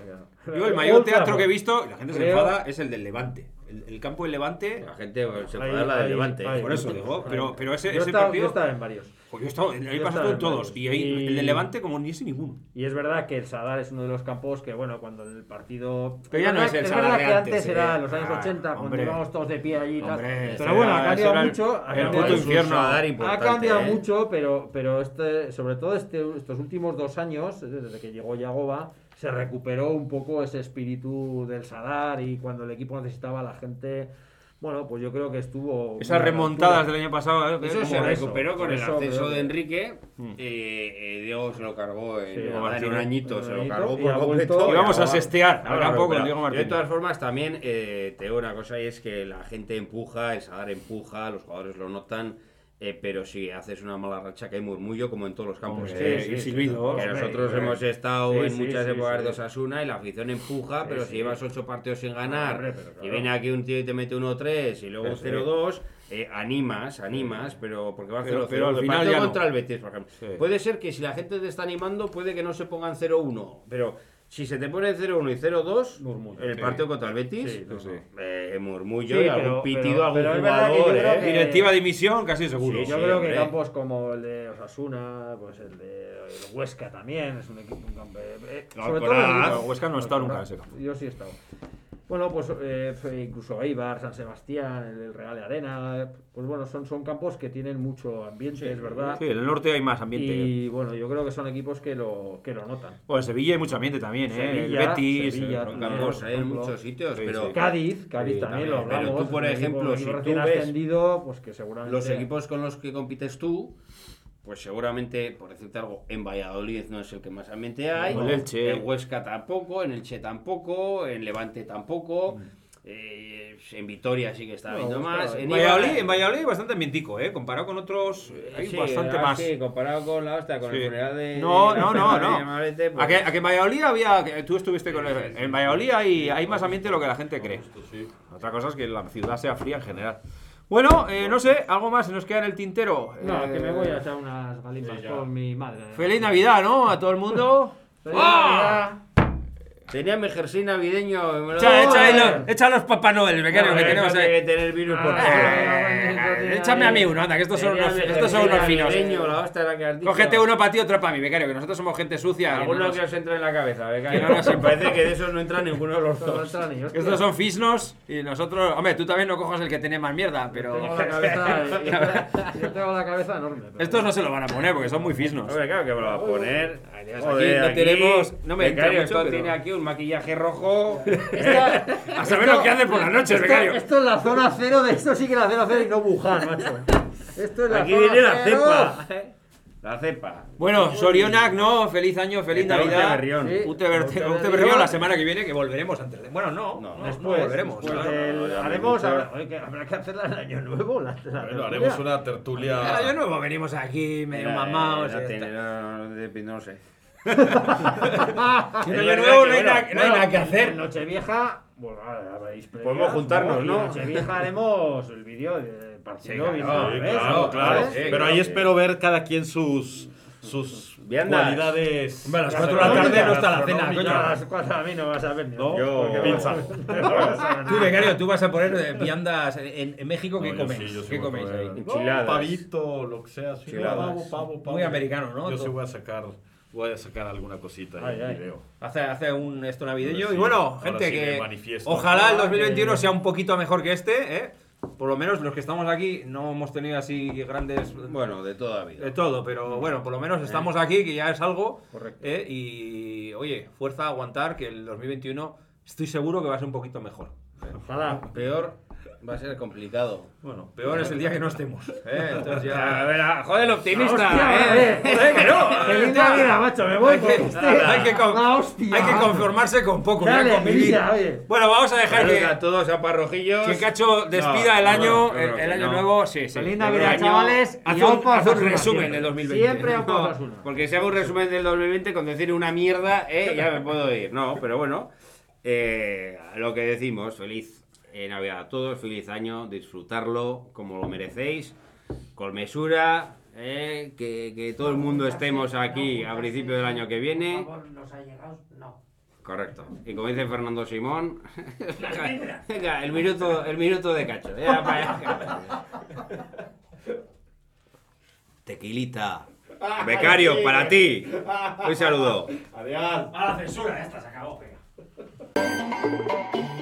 claro.
Yo el mayor
Old
teatro
Trafford.
que he visto, y la gente se
Creo-
enfada, es el del Levante. El, el campo del Levante...
La gente pues, se
Ahí-
puede hablar del
ahí-
Levante.
ahí.
Por eso digo, pero- pero ese-
yo
ese
he estado-
partido-
Yo estaba en varios.
Pues yo he estado, he
Yo
pasado
estaba
en
en
todos.
varios.
Y ahí
pues, Y-
el de Levante como ni ese ninguno.
Y es verdad que el Sadar es uno de los campos que, bueno, cuando el partido.
Pero ya no
verdad-
es el
es
Sadar
verdad
de
que
antes,
antes era
eh.
los años
Ah,
80, cuando
hombre.
íbamos todos de pie allí y tal.
Hombre, ese
Pero bueno,
era-
ha
ese
cambiado
era el-
mucho. ha
el
cambiado
puto
mucho.
infierno.
Ha cambiado mucho, pero, pero este, sobre todo este, estos últimos dos años, desde que llegó Yagoba, se recuperó un poco ese espíritu del Sadar y cuando el equipo necesitaba a la gente Bueno, pues yo creo que estuvo.
Esas
una
remontadas
altura.
del año pasado. ¿eh?
Eso
Por
se
eso,
recuperó con
por
el
eso
ascenso
creo
de
que-
Enrique.
Mm.
Eh, eh, Diego se lo cargó en,
Sí,
en
Martínez,
un añito,
en
se
un
lo
añito,
cargó
y
por
ha
completo.
vuelto-
Y vamos a
ahora-
sestear,
ahora
habrá poco,
recupera.
Diego
Yo,
Martínez.
De todas formas, también eh, te digo una cosa y es que la gente empuja, el Sadar empuja, los jugadores lo notan. eh, pero si haces una mala racha que hay murmullo como en todos los campos.
Hombre,
Eh,
sí,
y
sí,
silbidos.
sí, Hombre,
que nosotros
hombre.
hemos estado
Sí,
en
sí,
muchas
sí,
épocas
sí.
de Osasuna y la afición empuja, pero si
sí. Ah,
llevas ocho partidos sin ganar
Hombre, pero claro.
y viene aquí un tío y te mete 1-3 y luego un
Sí.
0-2, eh, animas, animas, pero porque va
Pero-
0-0.
pero al
el
final
partido
ya no.
contra el Betis, por ejemplo.
Sí.
Puede ser que si la gente te está animando, puede que no se pongan 0-1, pero si se te pone 0-1 y 0-2,
Murmullo.
el
Sí.
partido contra el Betis,
Sí,
sí.
eh, murmullo
Sí,
y algún
pero-
pitido
pero-
a algún
pero es verdad que yo
jugador.
creo
eh.
que-
Directiva de dimisión, casi seguro.
Sí,
Yo creo
hombre.
que campos como el de Osasuna, pues el de el Huesca también, es un equipo un campo- eh,
El
sobre todo
Alcoraz.
el equipo-
El Huesca no ha estado nunca en
Alcoraz.
ese campo.
Yo sí he estado. Bueno, pues eh, fue incluso Eibar, San Sebastián, el Real de Arena, eh, pues bueno, son, son campos que tienen mucho ambiente, es verdad.
Sí, en el norte hay más ambiente.
Y bueno, yo creo que son equipos que lo, que lo notan.
Bueno, en Sevilla hay mucho ambiente también, ¿eh?
Sevilla,
el Betis,
Sevilla
el
Son
también.
Campos.
campos, eh, en muchos sitios,
Sí,
pero
sí.
Cádiz, Cádiz también,
también,
lo
pero
hablamos.
tú, por
es un
ejemplo,
equipo- un
si
equipo
tú
recién
ves
ascendido, pues que seguramente
Los equipos con los que compites tú, pues seguramente, por decirte algo, en Valladolid no es el que más ambiente hay.
No, el Elche.
En Huesca tampoco, en Elche tampoco, en Levante tampoco. eh, en Vitoria sí que está
Mm. No,
habiendo
está
más.
bien.
En
Eibar-
Valladolid, en Valladolid hay bastante ambientico, ¿eh? Comparado con otros, eh, hay
Sí,
bastante
ah,
más.
sí, comparado con la hostia, con
Sí.
el funeral de.
No,
de-
no, no,
de
no.
Manolete, pues,
A que, a que en Valladolid había. que Tú estuviste con. el- En Valladolid hay, hay más ambiente de lo que la gente cree.
Justo, sí.
Otra cosa es que la ciudad sea fría en general. Bueno, eh, no sé, algo más se nos queda en el tintero.
No,
Eh,
que me voy a echar unas galimas
sí, ya.
con mi madre.
Feliz Navidad, ¿no? A todo el mundo.
¡Feliz
¡Ah!
Navidad!
Tenía mi jersey navideño. me lo-
Echa, echa ahí
Joder.
los, echa los Papá Noel, becario,
No,
que
eso
tenemos
tiene
ahí.
que tener virus por
Ah,
todo.
Eh, échame a mí uno, anda, que estos son
Tenía
unos,
mi
estos son
jersey
unos finos.
navideño, la hostia, la que has dicho.
Cógete uno para ti, otro para mí, becario, que nosotros somos gente sucia. que no
Alguno
nos-
que os entra en la cabeza, venga.
Que no nos-
parece que de esos no entra ninguno de los
Todo
dos.
entra ni hostia.
Estos son fisnos y nosotros. Hombre, tú también no cojas el que tiene más mierda,
Tengo
pero.
la cabeza, yo tengo la cabeza enorme. pero-
Estos no se lo van a poner porque son muy fisnos.
Hombre, claro que me lo va a poner. Aquí
no tenemos- no me entra
Becario,
mucho,
esto
pero-
tiene aquí un maquillaje rojo.
A saber lo que haces por las noches,
Esto,
becario.
esto es la zona cero de esto sí que la zona cero y no Wuhan, macho. Esto es la
aquí
zona
viene la
cero.
cepa. La cepa.
Bueno, Sorionak, no, feliz año, feliz
Eta
Navidad.
Urteberrión.
Sí.
Ute
Urteberrión.
la semana que viene, que volveremos antes de. Bueno,
No,
no, no, no
Después,
volveremos.
después
claro.
del-
No, no, ya me
haremos,
gusta.
habrá, oye, que habrá que hacerla el año nuevo. La, la
Bueno,
tertulia.
haremos una tertulia.
Ahora yo nuevo venimos aquí medio
Mira,
mamados.
eh, no
y
tiene-
tal.
no, no, de- no sé.
En
Es
año
verdad
nuevo
que,
no hay
bueno,
nada- no hay nada que hacer.
En Nochevieja, bueno, ahora habréis previas,
Podemos juntarnos,
Y
¿no?
Nochevieja haremos el vídeo del partido.
Sí,
bien
claro,
al
Sí,
revés,
claro,
¿no?
claro.
¿Sabes?
Sí,
Pero
claro.
ahí espero ver cada quien sus sus
Viandas.
cualidades.
Hombre, a las cuatro de la tarde no está la cena,
Coño,
coño.
a las cuatro a mí no vas a ver ni
No,
hostia,
Yo-
porque
pizza.
no vas a ver
Tú,
nada.
becario, tú vas a poner eh, viandas en, en México. ¿Qué
No, yo
comes?
sí, yo sí voy
¿Qué
a
coméis
comer.
ahí?
Enchiladas.
Pavito, lo que sea. Sí,
Enchiladas.
pavo, pavo, pavo.
Muy americano, ¿no?
Yo sí
Todo.
voy a sacar, voy a sacar alguna cosita
Ay,
en el
ay.
video.
Hace, hace un esto navideño.
Ahora
y
sí,
bueno,
ahora
gente,
sí me
que
manifiesto.
ojalá el
Ah,
2021
que-
sea un poquito mejor que este, ¿eh? Por lo menos los que estamos aquí no hemos tenido así grandes...
Bueno, de toda vida.
De todo,
Mm.
pero bueno, por lo
Eh.
menos estamos aquí, que ya es algo.
Correcto.
¿eh? Y oye, fuerza a aguantar, que el 2021 estoy seguro que va a ser un poquito mejor.
Ojalá.
Peor va a ser complicado.
Bueno, peor es el día que no estemos. ¿eh? Entonces
A
ya...
ver, a- joder, el optimista.
Hostia,
¿eh?
joder.
¡Eh, que no!
Feliz
Hostia.
Navidad, macho, me voy,
Hay que,
hostia.
hay que con-
Ah, hostia.
hay que conformarse con poco.
Qué
ya convivir.
alegría, oye.
Bueno, vamos a dejar
Saludos
que...
a todos a parrojillos.
Que Cacho despida
No,
el año,
no, no,
el,
no,
el año
no.
nuevo, sí, sí.
Feliz
El
Navidad,
año-
chavales, y
Haz
a
un,
Opa
haz un
Osasuna
resumen
siempre.
del 2020.
Siempre a Opa Osasuna.
Porque si hago un resumen del 2020 con decir una mierda, eh, ya me puedo ir. No, pero bueno, eh, a lo que decimos, feliz eh, Navidad a todos, feliz año, disfrutarlo como lo merecéis, con mesura, eh, que, que todo el mundo estemos aquí a principio del año que viene.
los allegados, no.
Correcto. Y como dice Fernando Simón, venga, el minuto, el minuto de cacho. Ya, para allá. Tequilita. Becario, para ti. Un saludo.
A la censura, ya está, se acabó, venga.